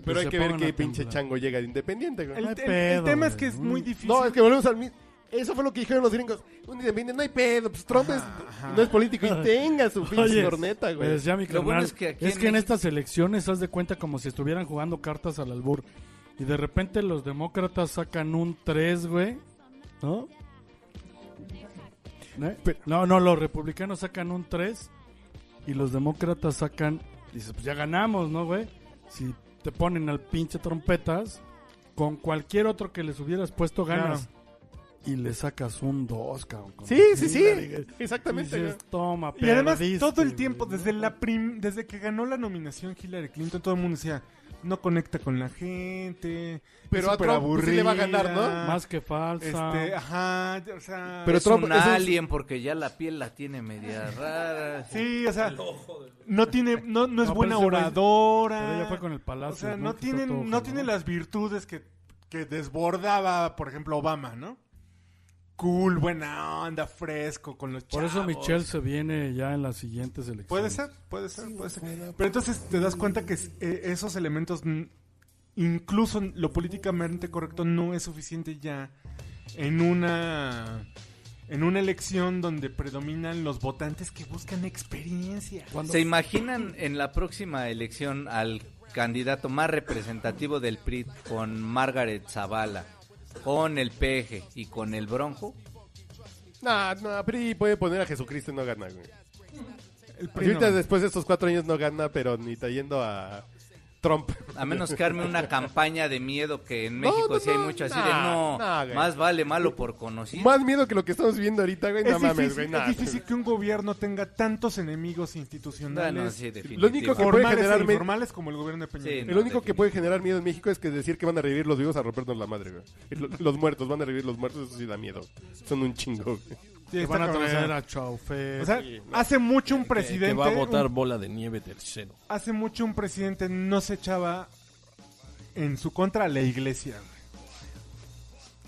S3: Pero
S7: Que
S3: hay
S7: se
S3: que ver
S7: pongan
S3: qué
S7: a
S3: pinche
S7: temblar.
S3: chango llega de independiente, güey.
S5: El,
S7: No hay
S5: el- el
S7: pedo,
S5: tema es
S7: güey.
S5: que es muy difícil.
S3: No, es que volvemos al mismo. Eso fue lo que dijeron los gringos. Un independiente, no hay pedo. Pues Trump es- no es político y tenga su pinche
S7: Oye,
S3: corneta, güey.
S7: Pues ya, mi
S6: Lo bueno
S7: carnal,
S6: es que aquí en
S7: en,
S6: México-
S7: estas elecciones haz de cuenta como si estuvieran jugando cartas al albur. Y de repente los demócratas sacan un 3, güey. ¿No? ¿Eh? No, no, los republicanos sacan un 3 y los demócratas sacan... Dices, pues ya ganamos, ¿no, güey? Si te ponen al pinche trompetas, con cualquier otro que les hubieras puesto ganas. Y le sacas un 2, cabrón. con-
S3: Sí, sí, sí.
S7: Dices,
S3: Exactamente. güey.
S7: toma,
S5: Y además,
S7: perdiste,
S5: todo el
S7: güey,
S5: tiempo,
S7: ¿no?
S5: desde la prim- desde que ganó la nominación Hillary Clinton, todo el mundo decía, no conecta con la gente.
S3: Pero
S5: es
S3: a Trump,
S5: superaburrida,
S3: pues, sí le va a ganar, ¿no?
S7: Más que falsa.
S5: Este, ajá, o sea.
S3: Pero
S6: es
S3: Trump
S6: un
S3: es un-
S6: alien porque ya la piel la tiene media rara.
S5: Sí, o sea, no tiene, no, no es
S7: No,
S5: buena
S7: pero ese güey-
S5: oradora.
S7: pero ya fue con el
S5: o
S7: palacio.
S5: sea, no,
S7: Que está todo
S5: tienen, no tiene
S7: jalado.
S5: las virtudes que, que desbordaba, por ejemplo, Obama, ¿no? Cool, buena onda, fresco, con los
S7: Por eso
S5: chavos.
S7: Michelle se viene ya en las siguientes elecciones.
S5: Puede ser, puede ser, puede ser. Pero entonces te das cuenta que es- eh, esos elementos, mm, incluso lo políticamente correcto, no es suficiente ya en una en una elección donde predominan los votantes que buscan experiencia.
S7: Cuando-
S6: ¿Se imaginan en la próxima elección al candidato más representativo del PRI con Margaret Zavala con el peje y con el bronco.
S3: No, no, PRI puede poner a Jesucristo y no gana, güey. Y
S5: El
S3: ahorita
S5: primero.
S3: después de estos cuatro años no gana, pero ni trayendo a Trump.
S6: A menos que arme una campaña de miedo que en México
S3: no,
S6: sí hay
S3: no,
S6: mucho así
S3: no,
S6: de no,
S3: no, güey.
S6: más vale malo por conocido.
S3: Más miedo que lo que estamos viviendo ahorita, güey.
S5: Es,
S3: No mames,
S5: difícil,
S3: güey. nah.
S5: es difícil que un gobierno tenga tantos enemigos
S6: Ah, no,
S5: institucionales,
S6: sí, definitivo.
S3: Lo único que- puede
S5: formales e
S3: generarme-
S5: informales como el gobierno de Peña.
S6: Sí,
S5: Nieto.
S3: El
S6: No,
S3: único que puede generar miedo en México es que decir que van a revivir los vivos a rompernos la madre, güey. Y lo- Los muertos, van a revivir los muertos, eso sí da miedo. Son un chingo, güey.
S5: Sí,
S7: Que
S5: está
S7: van a
S5: cabrón, o sea,
S7: traer a Chaufe.
S5: O sea, hace mucho un
S8: Presidente.
S5: presidente,
S8: va a votar bola de nieve tercero.
S5: hace mucho un presidente no se echaba en su contra a la iglesia. güey.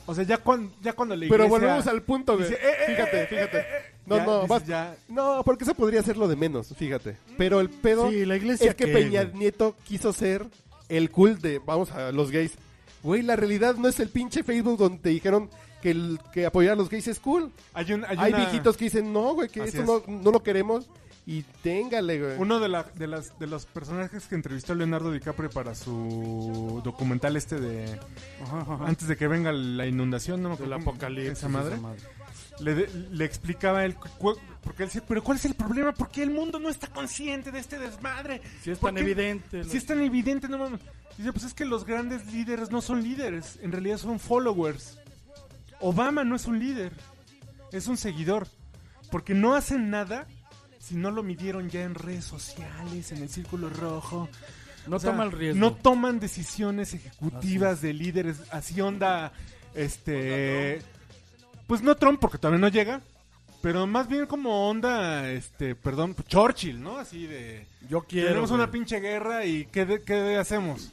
S5: O sea, ya cuando, ya cuando la iglesia...
S3: Pero volvemos al punto, güey.
S5: dice, eh, eh,
S3: Fíjate, fíjate. No,
S5: ya,
S3: no,
S5: dices,
S3: vas-
S5: ya.
S3: No, porque eso podría ser lo de menos, fíjate. Pero el pedo
S7: Sí, la iglesia
S3: es que
S7: qué,
S3: Peña
S7: güey.
S3: Nieto quiso ser el cool de, vamos a los gays. Güey, la realidad no es el pinche Facebook donde te dijeron que, el, que apoyar a los gays es cool.
S5: Hay, un, hay,
S3: Hay,
S5: una-
S3: viejitos que dicen, no, güey, que
S5: Así
S3: eso no, no lo queremos. Y téngale, güey.
S5: Uno de, la- de, las, de los personajes que entrevistó Leonardo DiCaprio para su documental este de...
S7: Ajá, ajá, ajá.
S5: Antes de que venga la inundación, ¿no? me
S7: Del
S5: acuerdo Ah, cómo-
S7: apocalipsis.
S5: Esa madre. le, de- le explicaba él cu- cu- porque él decía, pero ¿cuál es el problema? ¿Por qué el mundo no está consciente de este desmadre?
S7: Si es
S5: ¿Por
S7: tan
S5: qué-
S7: evidente.
S5: Si es tan evidente, no mames. Dice, pues es que los grandes líderes no son líderes, en realidad son followers. Obama no es un líder, es un seguidor, porque no hacen nada si no lo midieron ya en redes sociales, en el círculo rojo.
S7: no
S5: O sea,
S7: toma el riesgo.
S5: No toman decisiones ejecutivas de líderes, así onda, este... Pues no Trump, porque todavía no llega, pero más bien como onda, este, perdón, Churchill, ¿no? Así de...
S7: Yo quiero.
S5: Tenemos
S7: güey.
S5: una pinche guerra y ¿qué, de- qué hacemos?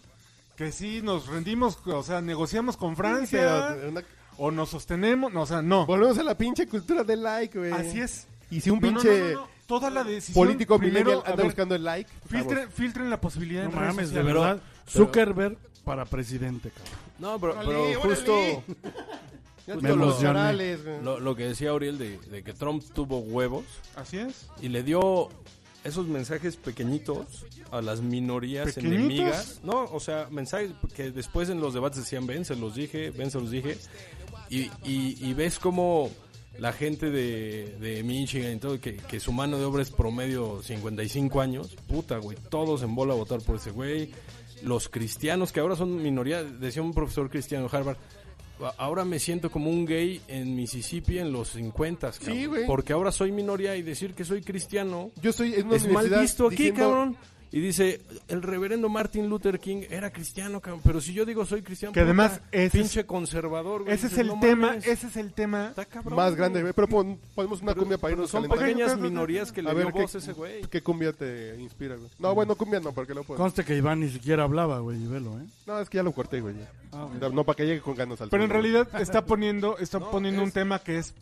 S5: Que si nos rendimos, o sea, negociamos con Francia
S3: Pero, una-
S5: o nos sostenemos, no, o sea, no.
S3: volvemos a la pinche cultura del like, güey.
S5: Así es.
S3: Y si un
S5: No, no,
S3: pinche
S5: no, no, no. Toda la decisión
S3: político
S5: primero,
S3: millennial
S5: a
S3: anda
S5: ver,
S3: buscando el like.
S5: filtren, filtren la posibilidad
S7: No
S5: en redes
S7: mames, de
S5: sociales.
S7: verdad. Zuckerberg para presidente, cabrón.
S8: No, pero,
S3: Órale,
S8: pero
S3: órale.
S8: justo, justo
S3: Ya te
S7: Me
S8: lo,
S3: los
S7: emocioné.
S3: orales, güey.
S8: lo- lo que decía Auriel de, de que Trump tuvo huevos
S5: Así es.
S8: y le dio esos mensajes pequeñitos a las minorías
S5: ¿Pequeñitos?
S8: enemigas. No, o sea, mensajes que después en los debates decían, ven, se los dije, ven, se los dije. Y, y- y ves como la gente de, de Michigan y todo, que, que su mano de obra es promedio 55 años. Puta, güey, todos en bola a votar por ese güey. Los cristianos, que ahora son minoría, decía un profesor cristiano de Harvard. "A- Ahora me siento como un gay en Mississippi en los 50,
S3: Sí,
S8: cabrón,
S3: güey.
S8: porque ahora soy minoría y decir que soy cristiano
S3: Yo estoy en una
S8: es mal
S3: universidad
S8: visto aquí,
S3: diciendo-
S8: cabrón. Y dice, el reverendo Martin Luther King era cristiano, cabrón. Pero si yo digo soy cristiano,
S5: Que además ese
S8: pinche conservador, güey.
S5: Ese es
S8: dices,
S5: el
S8: "No
S5: tema,
S8: mames,
S5: ese es el tema.
S8: está cabrón,
S3: más
S8: güey".
S3: grande, güey. Pero pon- ponemos una cumbia para
S8: Pero
S3: irnos
S8: son
S3: calentando.
S8: pequeñas minorías que
S3: A
S8: le
S3: ver,
S8: dio
S3: ¿qué-
S8: voz a ese güey.
S3: ¿Qué cumbia te inspira, güey? No, bueno, cumbia no, porque lo
S5: Pues.
S3: puedo.
S7: Conste que Iván ni siquiera hablaba, güey, y velo, ¿eh?
S3: No, es que ya lo corté, güey. ya.
S8: Ah,
S3: No, no, para que llegue con ganas al
S5: Pero en
S3: final.
S5: realidad está poniendo, está poniendo un tema que es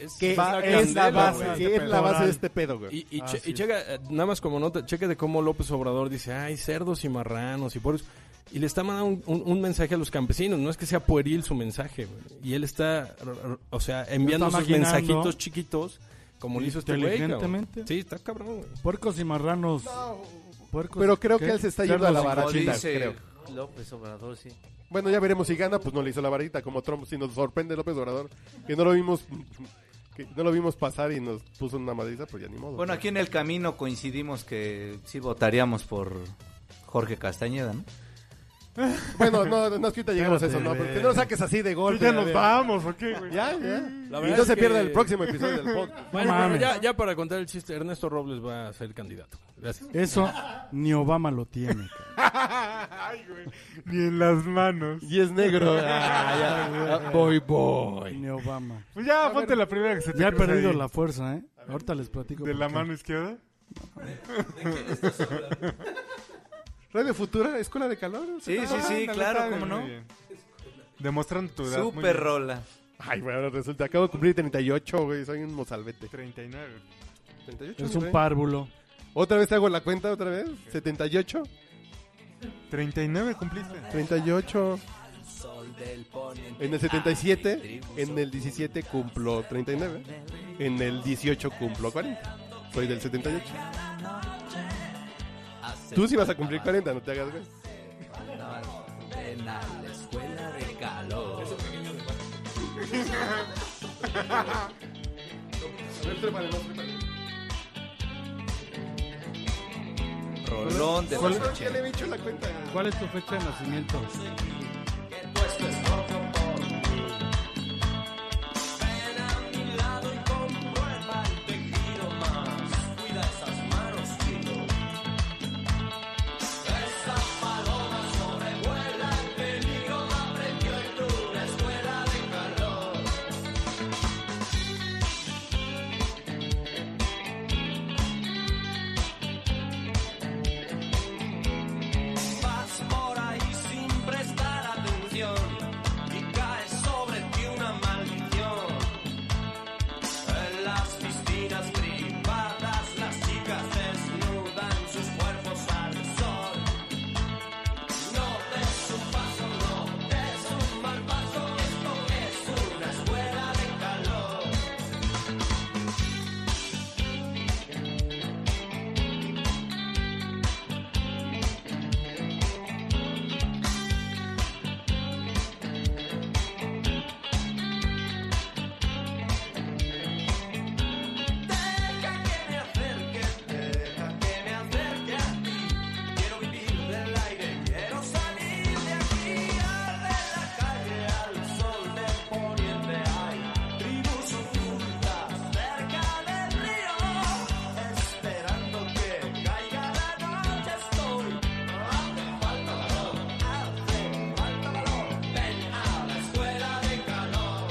S8: Es,
S3: Que
S8: es la
S3: es la
S8: candela,
S3: base,
S8: güey.
S3: que es la base de este pedo,
S8: Y,
S3: güey.
S8: y, che- y checa, eh, nada más como nota, checa de cómo López Obrador dice, ay, cerdos y marranos y por Y le está mandando un, un- un mensaje a los campesinos, no es que sea pueril su mensaje, güey. Y él está, r- r- o sea, enviando
S7: Está
S8: esos
S7: maquinando.
S8: mensajitos chiquitos, como lo hizo este güey, cabrón.
S7: Inteligentemente.
S8: Sí, está cabrón, güey.
S7: Puercos y marranos. Puercos-
S3: Pero creo
S7: ¿qué?
S3: que él se está yendo a la
S7: Cerdos y-
S6: Como
S3: barachita,
S6: dice
S3: creo.
S6: López Obrador, sí.
S3: Bueno, ya veremos si gana, pues no le hizo la varita como Trump, si nos sorprende López Obrador, que no lo vimos que no lo vimos pasar y nos puso una madriza, pues ya ni modo.
S6: Bueno,
S3: güey.
S6: aquí en el camino coincidimos que sí votaríamos por Jorge Castañeda, ¿no?
S3: Bueno, no, no es que ahorita lleguemos a eso, no,
S7: Espérate,
S3: porque no lo saques así de golpe.
S5: ya
S3: a
S5: nos
S3: ver.
S5: vamos, ¿o qué, güey?
S3: Ya, ya.
S8: La
S3: Y
S8: verdad
S3: no
S8: es
S3: se
S8: que-
S3: pierda el próximo episodio del podcast.
S8: Bueno,
S7: No
S8: pero
S7: mames.
S8: ya, ya para contar el chiste, Ernesto Robles va a ser candidato. Gracias.
S7: Eso ni Obama lo tiene. cabrón.
S5: Ay, güey. Ni en las manos.
S3: Y es negro. Ah, Voy, voy.
S7: Ni Obama.
S5: Pues ya, ponte la primera que se te
S7: Ya he
S5: cruza
S7: perdido
S5: ahí.
S7: la fuerza, ¿eh? Ahorita les platico.
S5: de
S7: por
S5: la
S7: qué.
S5: mano izquierda.
S3: Radio Futura, Escuela de Calor.
S6: Sí, sí, sí,
S5: Ah, Ándale,
S6: claro,
S5: está
S6: cómo
S5: bien,
S6: no.
S5: muy bien. Demostrando tu edad. muy
S6: Super
S5: bien.
S6: rola.
S3: Ay, bueno, resulta, acabo de cumplir 38, güey, soy un mozalbete.
S5: 39.
S3: 38,
S7: Es
S3: ¿no,
S7: un
S3: güey?
S7: párvulo.
S3: ¿Otra vez te hago la cuenta, otra vez? ¿78?
S5: 39 cumpliste.
S3: 38.
S6: Sol del poniente.
S3: En el 77, en el 17 cumplo 39. En el 18 cumplo 40. Soy del 78. Tú sí vas a cumplir 40, no te hagas, güey.
S6: Ven a la escuela de calor. Rolón de los
S3: ¿Cuál? Ya le he dicho la cuenta.
S7: ¿Cuál es tu fecha de nacimiento?
S4: Vas por ahí sin prestar atención y cae sobre ti una maldición. En las piscinas privadas las chicas desnudan sus cuerpos al sol. No des un paso, no des un mal paso, esto es una escuela de calor. Deja que me acerque, deja que me acerque a ti. Quiero vivir del aire, quiero salir de aquí. Al de la calle, al sol del poniente hay tribus ocultas cerca del río. Esperando que caiga la noche estoy. Hace falta valor, hace falta valor. Ven a la escuela de calor.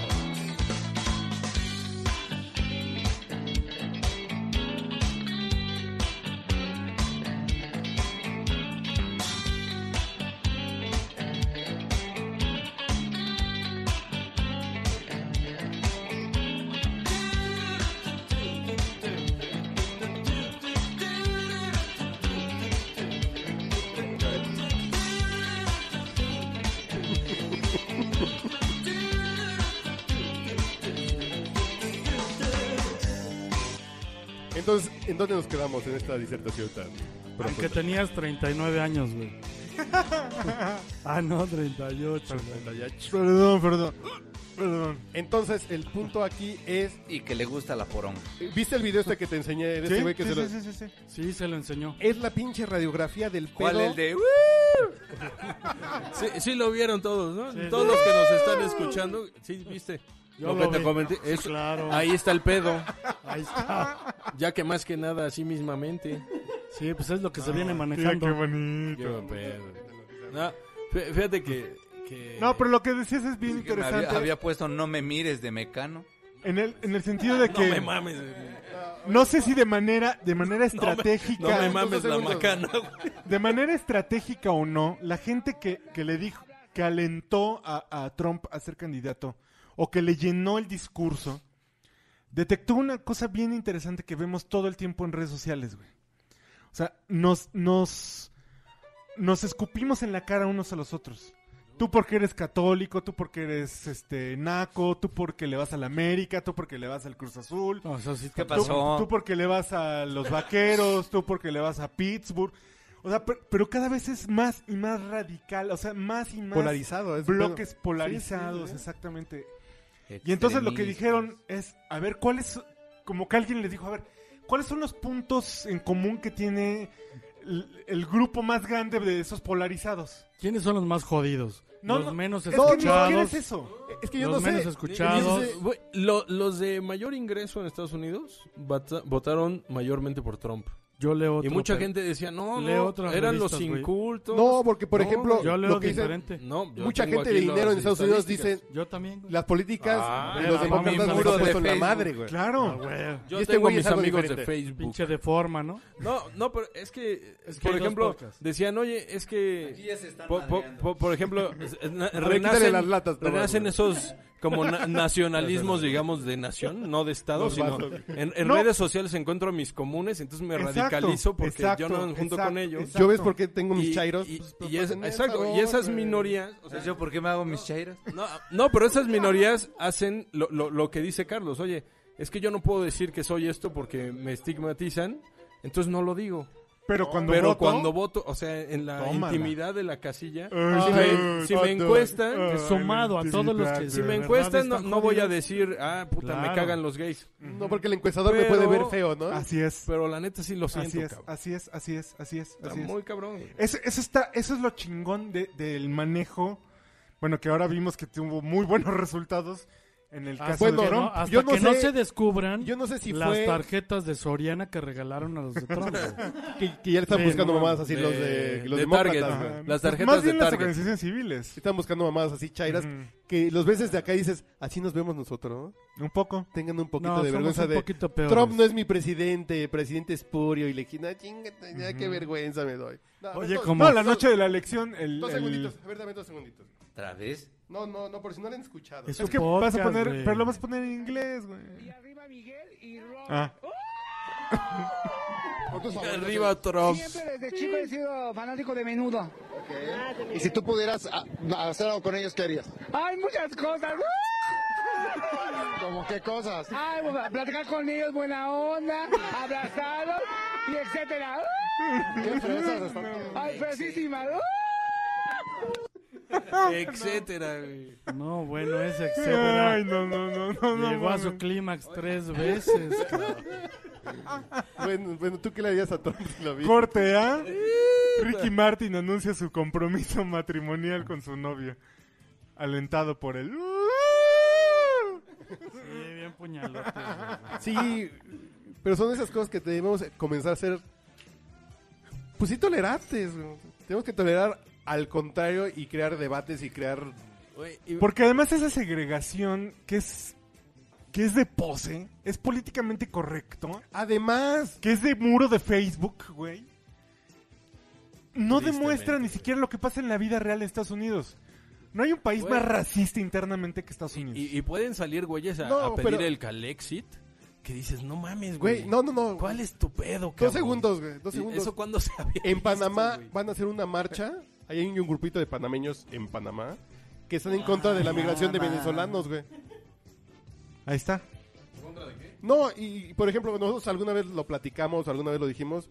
S3: Entonces, ¿en dónde nos quedamos en esta disertación tan
S7: Aunque
S3: profunda?
S7: tenías 39 años, güey. ah, no, 38. güey.
S5: Perdón, perdón. Perdón.
S3: Entonces, el punto aquí es...
S6: y que le gusta la poronga.
S3: ¿Viste el video este que te enseñé? De este güey que
S5: sí,
S3: se lo-
S5: sí, sí, sí, sí.
S7: Sí, se lo enseñó.
S3: Es la pinche radiografía del pedo.
S6: ¿Cuál el de?
S5: uh,
S8: Sí, sí lo vieron todos, ¿no?
S7: Sí,
S8: todos
S7: sí.
S8: los que nos están escuchando, sí, viste.
S7: Yo
S8: lo,
S7: lo
S8: que te
S7: vi.
S8: comenté.
S7: Sí,
S8: eso-
S7: claro.
S8: Ahí está el pedo.
S7: Ahí está.
S8: Ya que más que nada, así mismamente.
S7: Sí, pues es lo que se viene
S5: Mira, qué
S7: manejando.
S5: bonito.
S8: Qué buen pedo. No, fí- fíjate que. que-
S5: No, pero lo que decías es bien
S6: Que me
S5: interesante.
S6: había, había puesto No me mires de Mecano.
S5: En, el, en el sentido de
S8: No me
S5: que no,
S8: mames. güey.
S5: sé si de manera, de manera
S8: No
S5: estratégica.
S8: me mames la
S3: segundos.
S8: macana, güey.
S5: De manera estratégica o no, la gente que, que le dijo, que alentó a, a Trump a ser candidato o que le llenó el discurso, detectó una cosa bien interesante que vemos todo el tiempo en redes sociales, güey. O sea, nos, nos, nos escupimos en la cara unos a los otros. Tú porque eres católico, tú porque eres este naco, tú porque le vas a la América, tú porque le vas al Cruz Azul,
S7: O sea, sí
S6: ¿Qué
S7: te-
S5: Tú-
S6: pasó?
S5: Tú, porque le vas a los vaqueros, tú porque le vas a Pittsburgh. O sea, per- pero, cada vez es más y más radical, o sea, más y más
S3: Polarizado. es un
S5: bloques
S3: pedo.
S5: polarizados,
S3: Sí, sí, sí.
S5: exactamente. Y entonces lo que dijeron es, a ver, ¿cuáles, como que alguien les dijo, a ver, ¿cuáles son los puntos en común que tiene el, el grupo más grande de esos polarizados?
S7: ¿Quiénes son los más jodidos?
S5: No,
S7: los
S5: no,
S7: menos
S5: Es que ni siquiera
S7: escuchados.
S5: es eso.
S3: Es que yo
S7: los
S3: no
S7: menos
S3: sé.
S7: escuchados.
S3: Yo no sé.
S8: Güey, lo- los de mayor ingreso en Estados Unidos vota- votaron mayormente por Trump.
S7: Yo leo otro.
S8: y mucha
S7: pero-
S8: gente decía, no,
S7: Leo
S8: no,
S7: otras
S8: eran
S7: revistas,
S8: los
S7: güey.
S8: incultos.
S3: No, porque por
S8: No,
S3: ejemplo,
S7: Yo leo
S3: lo que dicen,
S7: diferente.
S8: No, yo
S3: mucha
S8: tengo
S3: gente de
S8: aquí
S3: dinero
S8: las
S3: en Estados Unidos
S8: estadísticas.
S3: dicen
S7: Yo también. güey.
S3: las políticas
S8: Ah,
S3: de los
S7: ah,
S3: demócratas
S7: mami,
S3: nos han
S7: mami,
S3: puesto en la
S8: Facebook.
S3: madre, güey.
S7: Ah,
S5: Claro.
S7: güey.
S8: Yo
S3: Y este
S8: tengo
S3: güey
S8: mis
S3: es algo
S8: amigos de
S3: diferente.
S8: Facebook.
S7: Pinche de forma, ¿no?
S8: No, no, pero es que,
S7: Es que
S8: por
S7: hay dos
S8: ejemplo,
S7: podcasts.
S8: decían, oye, es que,
S6: se están
S8: po- po- po- por ejemplo, es- es- na-
S3: ver, quítale
S8: renacen,
S3: las latas, no,
S8: renacen
S3: güey.
S8: esos como na- nacionalismos, digamos, de nación, no de estado,
S3: Los
S8: sino
S3: vasos.
S8: en, en
S5: No.
S8: redes sociales encuentro a mis comunes, entonces me
S5: Exacto,
S8: radicalizo porque yo no me
S5: exacto,
S8: junto con
S5: exacto,
S8: ellos.
S5: exacto.
S3: ¿Yo ves por qué tengo mis
S8: Y-
S3: chairos?
S8: y-
S3: Pues,
S8: y
S3: pues,
S8: es-
S3: en el
S8: exacto,
S3: sabor,
S8: y esas
S3: güey.
S8: minorías, o sea,
S6: ¿Yo por qué me hago mis chairas?
S8: no, no, pero esas minorías hacen lo, lo- lo que dice Carlos. Oye, es que yo no puedo decir que soy esto porque me estigmatizan, entonces no lo digo.
S5: Pero cuando
S8: pero
S5: voto,
S8: cuando voto, o sea, en la
S5: Tómala.
S8: intimidad de la casilla,
S5: Ay,
S8: si, me,
S5: sí,
S8: si me
S5: cuando-
S8: encuestan,
S5: Ay,
S7: Sumado a todos los que-
S8: si
S7: de
S8: me
S7: verdad
S8: encuestan, no,
S7: están
S8: no voy a
S7: jodidos.
S8: decir, ah, puta, me
S7: Claro.
S8: cagan los gays.
S3: No, porque el encuestador me
S8: Pero-
S3: puede ver feo, ¿no?
S5: Así es.
S8: ¿Ah? Pero la neta sí lo siento,
S5: Así es,
S8: cabrón.
S5: así es, así es, así es,
S8: Está
S5: así es.
S8: muy cabrón. güey.
S5: Eso, eso está, eso es lo chingón de- del manejo. Bueno, que ahora vimos que tuvo muy buenos resultados en el
S7: Ah,
S5: caso
S3: bueno,
S5: de
S7: porque no,
S5: Trump.
S7: hasta
S3: yo no
S7: que no
S3: sé-
S7: se descubran
S3: Yo no sé si
S7: las
S3: fue
S7: tarjetas de Soriana que regalaron a los de Trump. güey.
S3: que, que ya le están
S7: Sí,
S3: buscando
S7: no,
S3: mamadas así los de los
S8: de
S3: demócratas.
S8: Target.
S3: güey.
S8: Ajá.
S5: Ah,
S8: Las
S5: pues,
S8: tarjetas
S5: Más
S8: de
S5: bien las
S8: Target.
S5: organizaciones civiles.
S3: Están buscando mamadas así chairas
S5: Ujú.
S3: que los ves desde acá y dices, así nos vemos nosotros, ¿no?
S5: Un poco.
S3: Tengan un poquito
S7: No,
S3: de
S7: somos
S3: vergüenza
S7: un
S3: de
S7: poquito peores.
S3: Trump no es mi presidente, presidente espurio y le dije, no, chingate, ya qué vergüenza me doy. No,
S7: Oye,
S3: dos-
S7: como-
S5: No,
S7: Vamos.
S5: la noche de la elección. El,
S3: Dos
S5: el-
S3: segunditos, a ver, dame dos segunditos.
S6: ¿Otra vez?
S3: No, no, no, por si no lo han escuchado.
S7: Es
S5: Es que
S7: Podcast,
S5: vas a poner.
S7: güey.
S5: Pero lo vas a poner en inglés, güey.
S9: arriba Miguel y Oh, Ron.
S5: Ah,
S8: Arriba Trump.
S9: Siempre desde chico he sido fanático de menudo.
S10: Y si tú pudieras ah, hacer algo con ellos, ¿qué harías?
S9: Hay muchas cosas.
S10: ¿Cómo qué cosas?
S9: Ay, pues, a platicar con ellos, buena onda, abrazados y etcétera.
S10: ¿Qué fresas están?
S9: Ay, fresísima.
S8: Etcétera, güey.
S7: No, bueno, ese
S5: Ay,
S7: etcétera.
S5: no, no, no, no. no
S7: Llegó a
S5: mames.
S7: su clímax tres veces. cabrón.
S3: Bueno, bueno, ¿tú qué le harías a Trump si lo vi?
S5: Corte A. Ricky Martin anuncia su compromiso matrimonial con su novia. Alentado por el.
S7: Sí, bien puñalote. güey.
S3: Sí, pero son esas cosas que debemos comenzar a hacer. Pues sí, tolerantes. güey. Tenemos que tolerar al contrario y crear debates y crear.
S8: Güey, y-
S5: Porque además esa segregación que es. que es de pose, es políticamente correcto,
S3: Además,
S5: que es de muro de Facebook, güey. No
S8: Tristemente,
S5: demuestra ni
S8: güey.
S5: siquiera lo que pasa en la vida real de Estados Unidos. No hay un país
S8: Güey.
S5: más racista internamente que Estados Unidos.
S8: Y, y pueden salir güeyes a,
S3: No,
S8: a pedir
S3: pero-
S8: el Calexit. Que dices, no mames, güey.
S3: güey, no, no, no.
S8: ¿Cuál es tu pedo, cabrón?
S3: Dos segundos, güey. Dos
S8: ¿Y
S3: segundos. Eh,
S8: ¿Eso cuándo se había
S3: En
S8: visto,
S3: Panamá
S8: güey?
S3: van a hacer una marcha. Ahí hay un grupito de panameños en Panamá que están en contra de la migración de venezolanos, güey.
S5: Ahí está.
S3: No, y por ejemplo, nosotros alguna vez lo platicamos, alguna vez lo dijimos.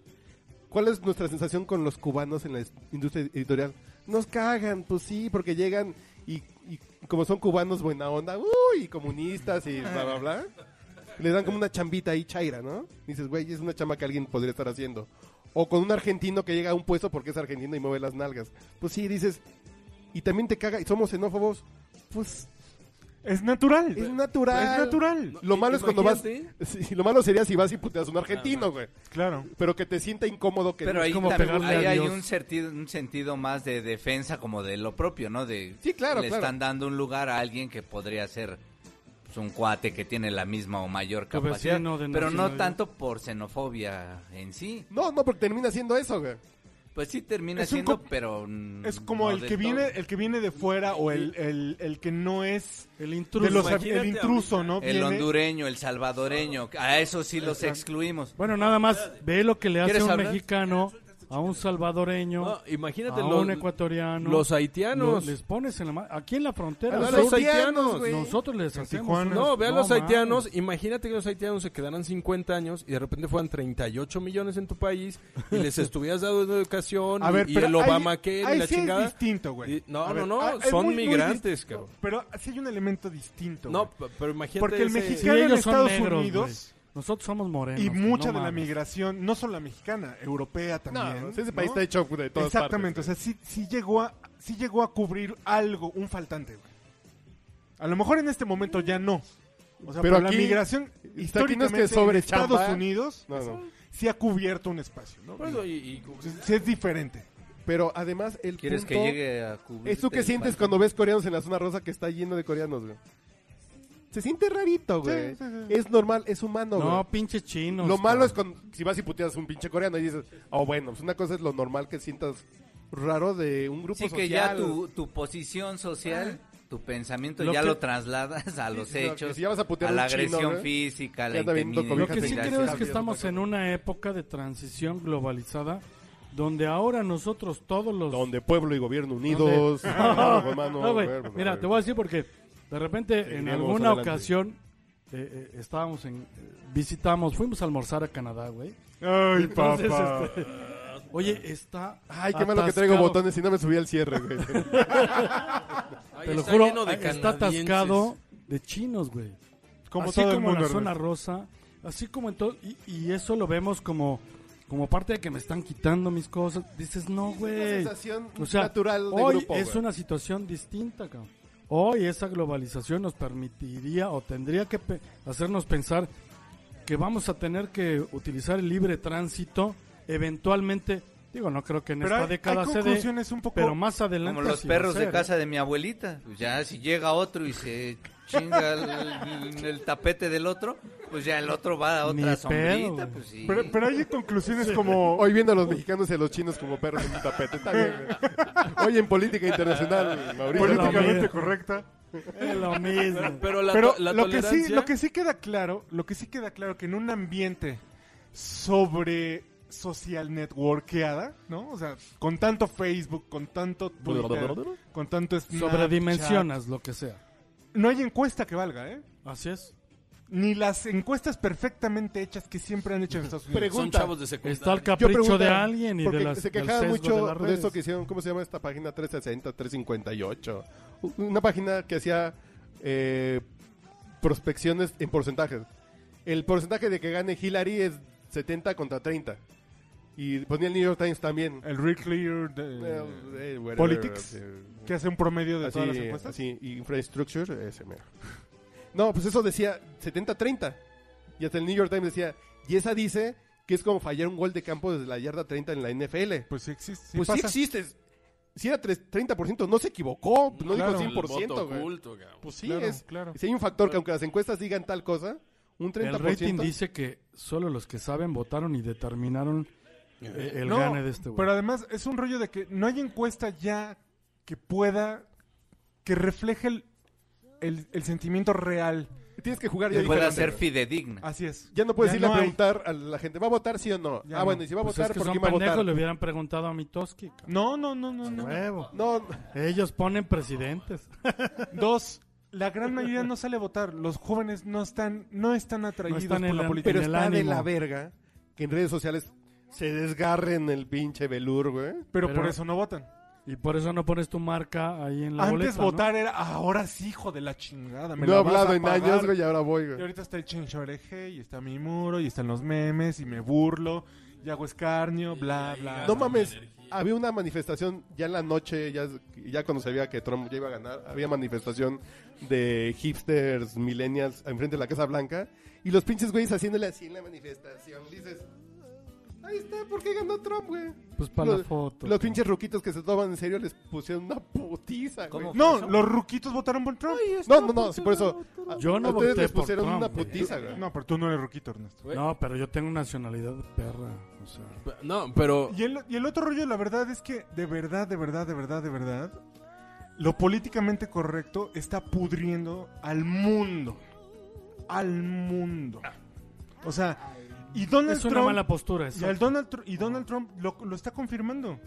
S3: ¿Cuál es nuestra sensación con los cubanos en la es- industria editorial? Nos cagan, pues sí, porque llegan y, y como son cubanos buena onda, uy, comunistas y bla, bla, bla. Le dan como una chambita ahí chaira, ¿no? Dices, güey, es una chamba que alguien podría estar haciendo. O con un argentino que llega a un puesto porque es argentino y mueve las nalgas. Pues sí, dices, y también te caga, y somos xenófobos. Pues
S5: Es natural.
S3: es natural.
S5: Es natural.
S3: Lo malo es cuando vas.
S8: Imagínate.
S3: Sí, lo malo sería si vas y puteas a un argentino, güey.
S5: Claro.
S3: Pero que te sienta incómodo que.
S6: Pero ahí,
S7: como
S6: también-
S7: pegarle
S6: ahí
S7: a
S6: hay
S7: Dios.
S6: un sentido, un sentido más de defensa como de lo propio, ¿no? De,
S3: Sí, claro,
S6: Le
S3: claro.
S6: están dando un lugar a alguien que podría ser pues, un cuate que tiene la misma o mayor
S7: Tu
S6: capacidad.
S7: vecino de
S6: Pero no
S7: nacionalidad.
S6: tanto por xenofobia en sí.
S3: No, no, porque termina siendo eso, güey.
S6: Pues sí termina
S5: Es un
S6: siendo,
S5: co-
S6: pero... mm,
S5: Es como
S6: no
S5: el
S6: del
S5: que viene,
S6: todo.
S5: el que viene de fuera o el, el, el que no es
S7: El
S5: de
S7: intruso.
S5: los
S8: Imagínate
S5: el intruso,
S8: ahorita,
S5: ¿no?
S6: El
S5: Viene-
S6: hondureño, el salvadoreño, a eso sí los excluimos.
S7: Bueno, nada más ve lo que le hace
S6: ¿Quieres
S7: un
S6: hablar?
S7: mexicano a un salvadoreño,
S8: No, imagínate
S7: a
S8: los-
S7: un ecuatoriano.
S8: los
S7: Lo-
S8: haitianos.
S7: les pones en la mano. Aquí en la frontera.
S3: A
S8: los
S3: los
S7: nosotros-
S3: haitianos,
S8: haitianos,
S3: güey.
S7: nosotros les hacemos.
S5: Tijuana.
S7: unas-
S8: No, vean los
S7: mames.
S8: haitianos. Imagínate que los haitianos se quedaran 50 años y de repente fueran 38 millones en tu país y les estuvieras dando educación
S5: A ver,
S8: y, y
S5: pero
S8: el
S5: ahí-
S8: Obama que
S5: ahí
S8: la
S5: sí es
S8: chingada.
S5: distinto, güey.
S8: Y- No,
S5: A
S8: no,
S5: ver,
S8: no,
S5: ah, es
S8: son
S5: muy- muy
S8: migrantes,
S5: distinto.
S8: cabrón.
S5: Pero sí hay un elemento distinto.
S8: No,
S5: güey.
S8: p- pero imagínate
S5: Porque el
S8: ese-
S7: Sí,
S5: mexicano-
S7: ellos
S5: en
S7: son
S5: Estados
S7: negros,
S5: Unidos.
S7: güey. Nosotros somos morenos.
S5: y mucha de
S7: no
S5: la
S7: mames.
S5: migración, no solo la mexicana, europea
S3: No,
S5: también.
S3: ese
S5: ¿no?
S3: país está hecho de todas
S5: Exactamente,
S3: partes.
S5: o sea, sí, sí llegó a, sí llegó a cubrir algo, un faltante, güey. A lo mejor en este momento ya no. O sea,
S3: Pero
S5: pero
S3: aquí-
S5: la migración
S3: aquí no es que
S5: históricamente
S3: sobre
S5: en Estados
S3: chamba.
S5: Unidos
S3: No, no.
S5: sí ha cubierto un espacio, ¿no?
S8: Por eso, y- y-
S5: Sí es diferente.
S3: Pero además, el
S6: ¿Quieres
S3: punto
S6: que llegue a cubrir?
S3: Es tú que sientes cuando ves coreanos en la zona rosa que está lleno de coreanos, güey. Se siente rarito, güey.
S5: Sí, sí, sí.
S3: Es normal, es humano, güey.
S7: No, pinches chinos.
S3: Lo malo
S7: cabrón.
S3: es con, si vas y puteas un pinche coreano y dices, oh, bueno, pues una cosa es lo normal que sientas raro de un grupo
S6: Sí,
S3: social.
S6: que ya tu, tu posición social, tu pensamiento,
S7: Lo
S6: ya
S7: que-
S6: lo trasladas a los
S3: sí, no, que
S6: hechos,
S3: si ya vas a putear a un
S6: la
S3: chino,
S6: agresión
S3: ¿no? Ya
S6: física, la
S3: está viendo
S6: intimidación.
S7: Lo
S3: cobijas
S7: que sí
S3: Fíjate,
S7: creo es
S3: sí,
S7: que
S3: sí,
S7: estamos en una época de transición globalizada donde ahora nosotros todos los...
S3: Donde pueblo y gobierno unidos.
S7: No,
S3: hermano, hermano,
S7: no, güey.
S3: hermano,
S7: Mira,
S3: hermano.
S7: te voy a decir porque de repente en
S3: Seguiremos
S7: alguna
S3: adelante.
S7: ocasión eh, eh, estábamos en... eh, visitamos, fuimos a almorzar a Canadá, güey.
S5: Ay,
S7: Entonces,
S5: papá.
S7: este, Oye, está.
S3: Ay, qué malo que traigo
S7: atascado.
S3: botones y no me subí al cierre, güey.
S8: Ahí
S7: Te lo
S8: está
S7: juro,
S8: lleno de
S7: está
S8: canadienses.
S7: atascado de chinos, güey.
S5: Como
S7: así
S5: todo el
S7: como en
S5: mundo.
S7: la zona
S5: Ernesto.
S7: rosa, así como en todo. Y, y eso lo vemos como, como parte de que me están quitando mis cosas. Dices, no, güey.
S3: sensación
S7: O sea,
S3: natural de
S7: hoy
S3: grupo,
S7: es
S3: güey.
S7: una situación distinta, cabrón. Hoy esa globalización nos permitiría o tendría que pe- hacernos pensar que vamos a tener que utilizar el libre tránsito eventualmente. Digo, no creo que en
S5: Pero
S7: esta
S5: hay-
S7: década
S5: hay
S7: se dé,
S5: conclusiones un poco-
S7: pero más adelante
S6: Como los
S7: así va a
S6: perros de
S7: ser.
S6: casa de mi abuelita. Pues ya si llega otro y se chinga el, el tapete del otro, pues ya el otro va a otra
S7: Ni
S6: sombrita.
S7: pedo, güey.
S6: pues sí.
S5: Pero, pero hay conclusiones como.
S3: Hoy viendo a los mexicanos y a los chinos como perros en un tapete. Está bien, güey. Hoy en política internacional, Mauricio.
S5: políticamente
S7: mira.
S5: correcta.
S7: Es lo mismo.
S8: Pero la,
S5: Pero
S8: to- la
S5: lo que sí,
S8: tolerancia-
S5: lo que sí queda claro, lo que sí queda claro que en un ambiente sobre social networkeada, ¿no? O sea, con tanto Facebook, con tanto Twitter, con tanto Snapchat,
S7: Sobredimensionas lo que sea.
S5: No hay encuesta que valga, ¿eh?
S7: Así es.
S5: Ni las encuestas perfectamente hechas que siempre han hecho en Estados Unidos.
S8: Son chavos de secundaria.
S7: Está el
S3: Yo
S7: capricho
S3: pregunto,
S7: de alguien y
S3: porque
S7: de las
S3: se
S7: del
S3: quejaban
S7: sesgo
S3: mucho
S7: las
S3: de,
S7: redes.
S3: esto que hicieron, ¿cómo se llama esta página? 360, 358. U- Una página que hacía eh, prospecciones en porcentajes. El porcentaje de que gane Hillary es 70 contra 30. Y ponía el New York Times también.
S5: El Reclear
S3: Eh,
S5: de
S3: eh, whatever,
S5: Politics,
S3: eh,
S5: que hace un promedio de
S3: así,
S5: todas las encuestas.
S3: así, infrastructure, ese mero. No, pues eso decía 70-30. Y hasta el New York Times decía, y esa dice que es como fallar un gol de campo desde la yarda 30 en la NFL.
S5: Pues sí existe, sí
S3: pues
S5: pasa.
S3: sí existe. Si era tres- 30%, no se equivocó. No
S5: Claro.
S3: dijo
S8: El
S3: 100%,
S8: voto
S3: güey.
S8: oculto, cabrón.
S3: Pues sí,
S5: Claro,
S3: es.
S5: claro.
S3: Si hay un factor que aunque las encuestas digan tal cosa, un 30%.
S7: El rating dice que solo los que saben votaron y determinaron eh, el
S5: No,
S7: gane de este güey.
S5: Pero además es un rollo de que no hay encuesta ya que pueda, que refleje el, el- el sentimiento real.
S3: Tienes que jugar ya
S6: Que pueda
S3: diferente,
S6: ser
S3: güey.
S6: fidedigna.
S3: Ah.
S5: Así es.
S3: Ya no puedes
S5: Ya
S3: irle
S5: no
S3: a
S5: hay.
S3: preguntar a la gente, ¿va a votar sí o no?
S5: Ya
S3: ah,
S5: no.
S3: bueno, y si va a
S7: Pues
S3: votar,
S7: es que
S3: ¿por
S7: son
S3: qué va a votar?
S7: pendejos, le hubieran preguntado a Mitoski. cabrón.
S5: No, no, no, no, no.
S7: Huevo.
S3: No,
S7: Ellos ponen presidentes.
S5: Dos, la gran mayoría no sale a votar. Los jóvenes no están, no están atraídos
S7: están
S5: por
S7: en
S5: la
S7: la-
S5: política.
S3: Pero
S7: en el
S3: está de
S7: ánimo.
S3: la verga que en redes sociales se desgarren el pinche velur, güey.
S5: Pero,
S7: pero-
S5: por eso no votan.
S7: Y por eso no pones tu marca ahí en la
S5: Antes
S7: boleta. ¿no?
S5: votar era, ahora sí, hijo de la chingada. Me
S3: No he
S5: la vas
S3: hablado
S5: a
S3: en
S5: pagar".
S3: años, güey, y ahora voy,
S5: Y
S3: güey.
S5: ahorita está el chinchoreje y está mi muro y están los memes y me burlo y hago escarnio, bla, bla.
S3: No
S5: bla.
S3: mames, había una manifestación ya en la noche, ya, ya cuando se veía que Trump ya iba a ganar, había manifestación de hipsters, millennials, enfrente de la Casa Blanca, y los pinches güeyes haciéndole así en la manifestación. Dices, ahí está, ¿por qué ganó Trump, güey?
S7: Pues para la
S3: Los,
S7: foto.
S3: los pinches ruquitos que se toman en serio les pusieron una putiza, güey.
S6: ¿Cómo
S5: No,
S6: fue eso?
S5: los ruquitos votaron por Trump.
S3: No, no, no, sí, por eso. a-
S7: Yo pues, no
S3: a ustedes
S7: voté
S3: les
S7: por
S3: pusieron
S7: Trump,
S3: una
S7: güey.
S3: putiza, güey.
S5: No, pero tú no eres ruquito, Ernesto.
S7: No, pero yo tengo nacionalidad de perra. o sea.
S8: No, pero
S5: Y el, y el otro rollo, la verdad es que de verdad, de verdad, de verdad, de verdad, lo políticamente correcto está pudriendo al mundo. Al mundo. O sea, y Donald
S7: es una
S5: Trump...
S7: mala postura
S5: y,
S7: eso.
S5: al Donald, Tru- y Donald Trump lo, lo está confirmando.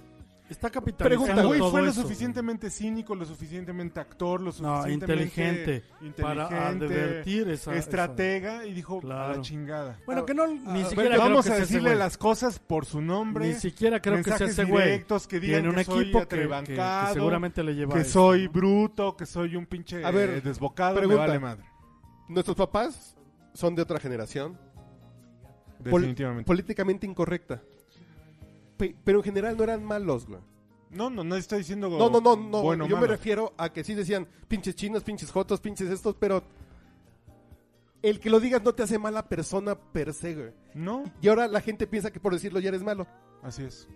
S7: Está
S5: Pregunta,
S7: capitalizando
S5: güey,
S7: todo
S5: fue lo
S7: eso, güey.
S5: suficientemente cínico, lo suficientemente actor, lo
S7: No,
S5: suficientemente
S7: inteligente, para
S5: inteligente,
S7: advertir esa... esa-
S5: estratega y dijo a la
S7: Claro.
S5: chingada.
S7: Bueno, que no, ni
S5: Ah,
S7: siquiera creo
S5: vamos
S7: que
S5: a
S7: sea ese
S5: decirle
S7: güey.
S5: las cosas por su nombre.
S7: Ni siquiera creo que sea
S5: mensajes
S7: ese güey.
S5: directos que digan
S7: Tiene un
S5: que soy
S7: equipo que- que, que
S5: atrebancado,
S7: seguramente le lleva
S5: que
S7: eso,
S5: soy
S7: ¿no?
S5: bruto, que soy un pinche
S3: A ver,
S5: eh, desbocado, me
S3: pregunta.
S5: vale madre.
S3: Nuestros papás son de otra generación. Pol-
S5: Definitivamente.
S3: políticamente incorrecta. Pe- pero en general no eran malos, güey.
S5: no, no, no estoy diciendo
S3: No, no, no, no.
S5: bueno,
S3: Yo me
S5: malo.
S3: refiero a que sí decían pinches chinos, pinches jotos, pinches estos, pero el que lo digas no te hace mala persona per se, güey.
S5: No,
S3: Y ahora la gente piensa que por decirlo ya eres malo.
S5: así es.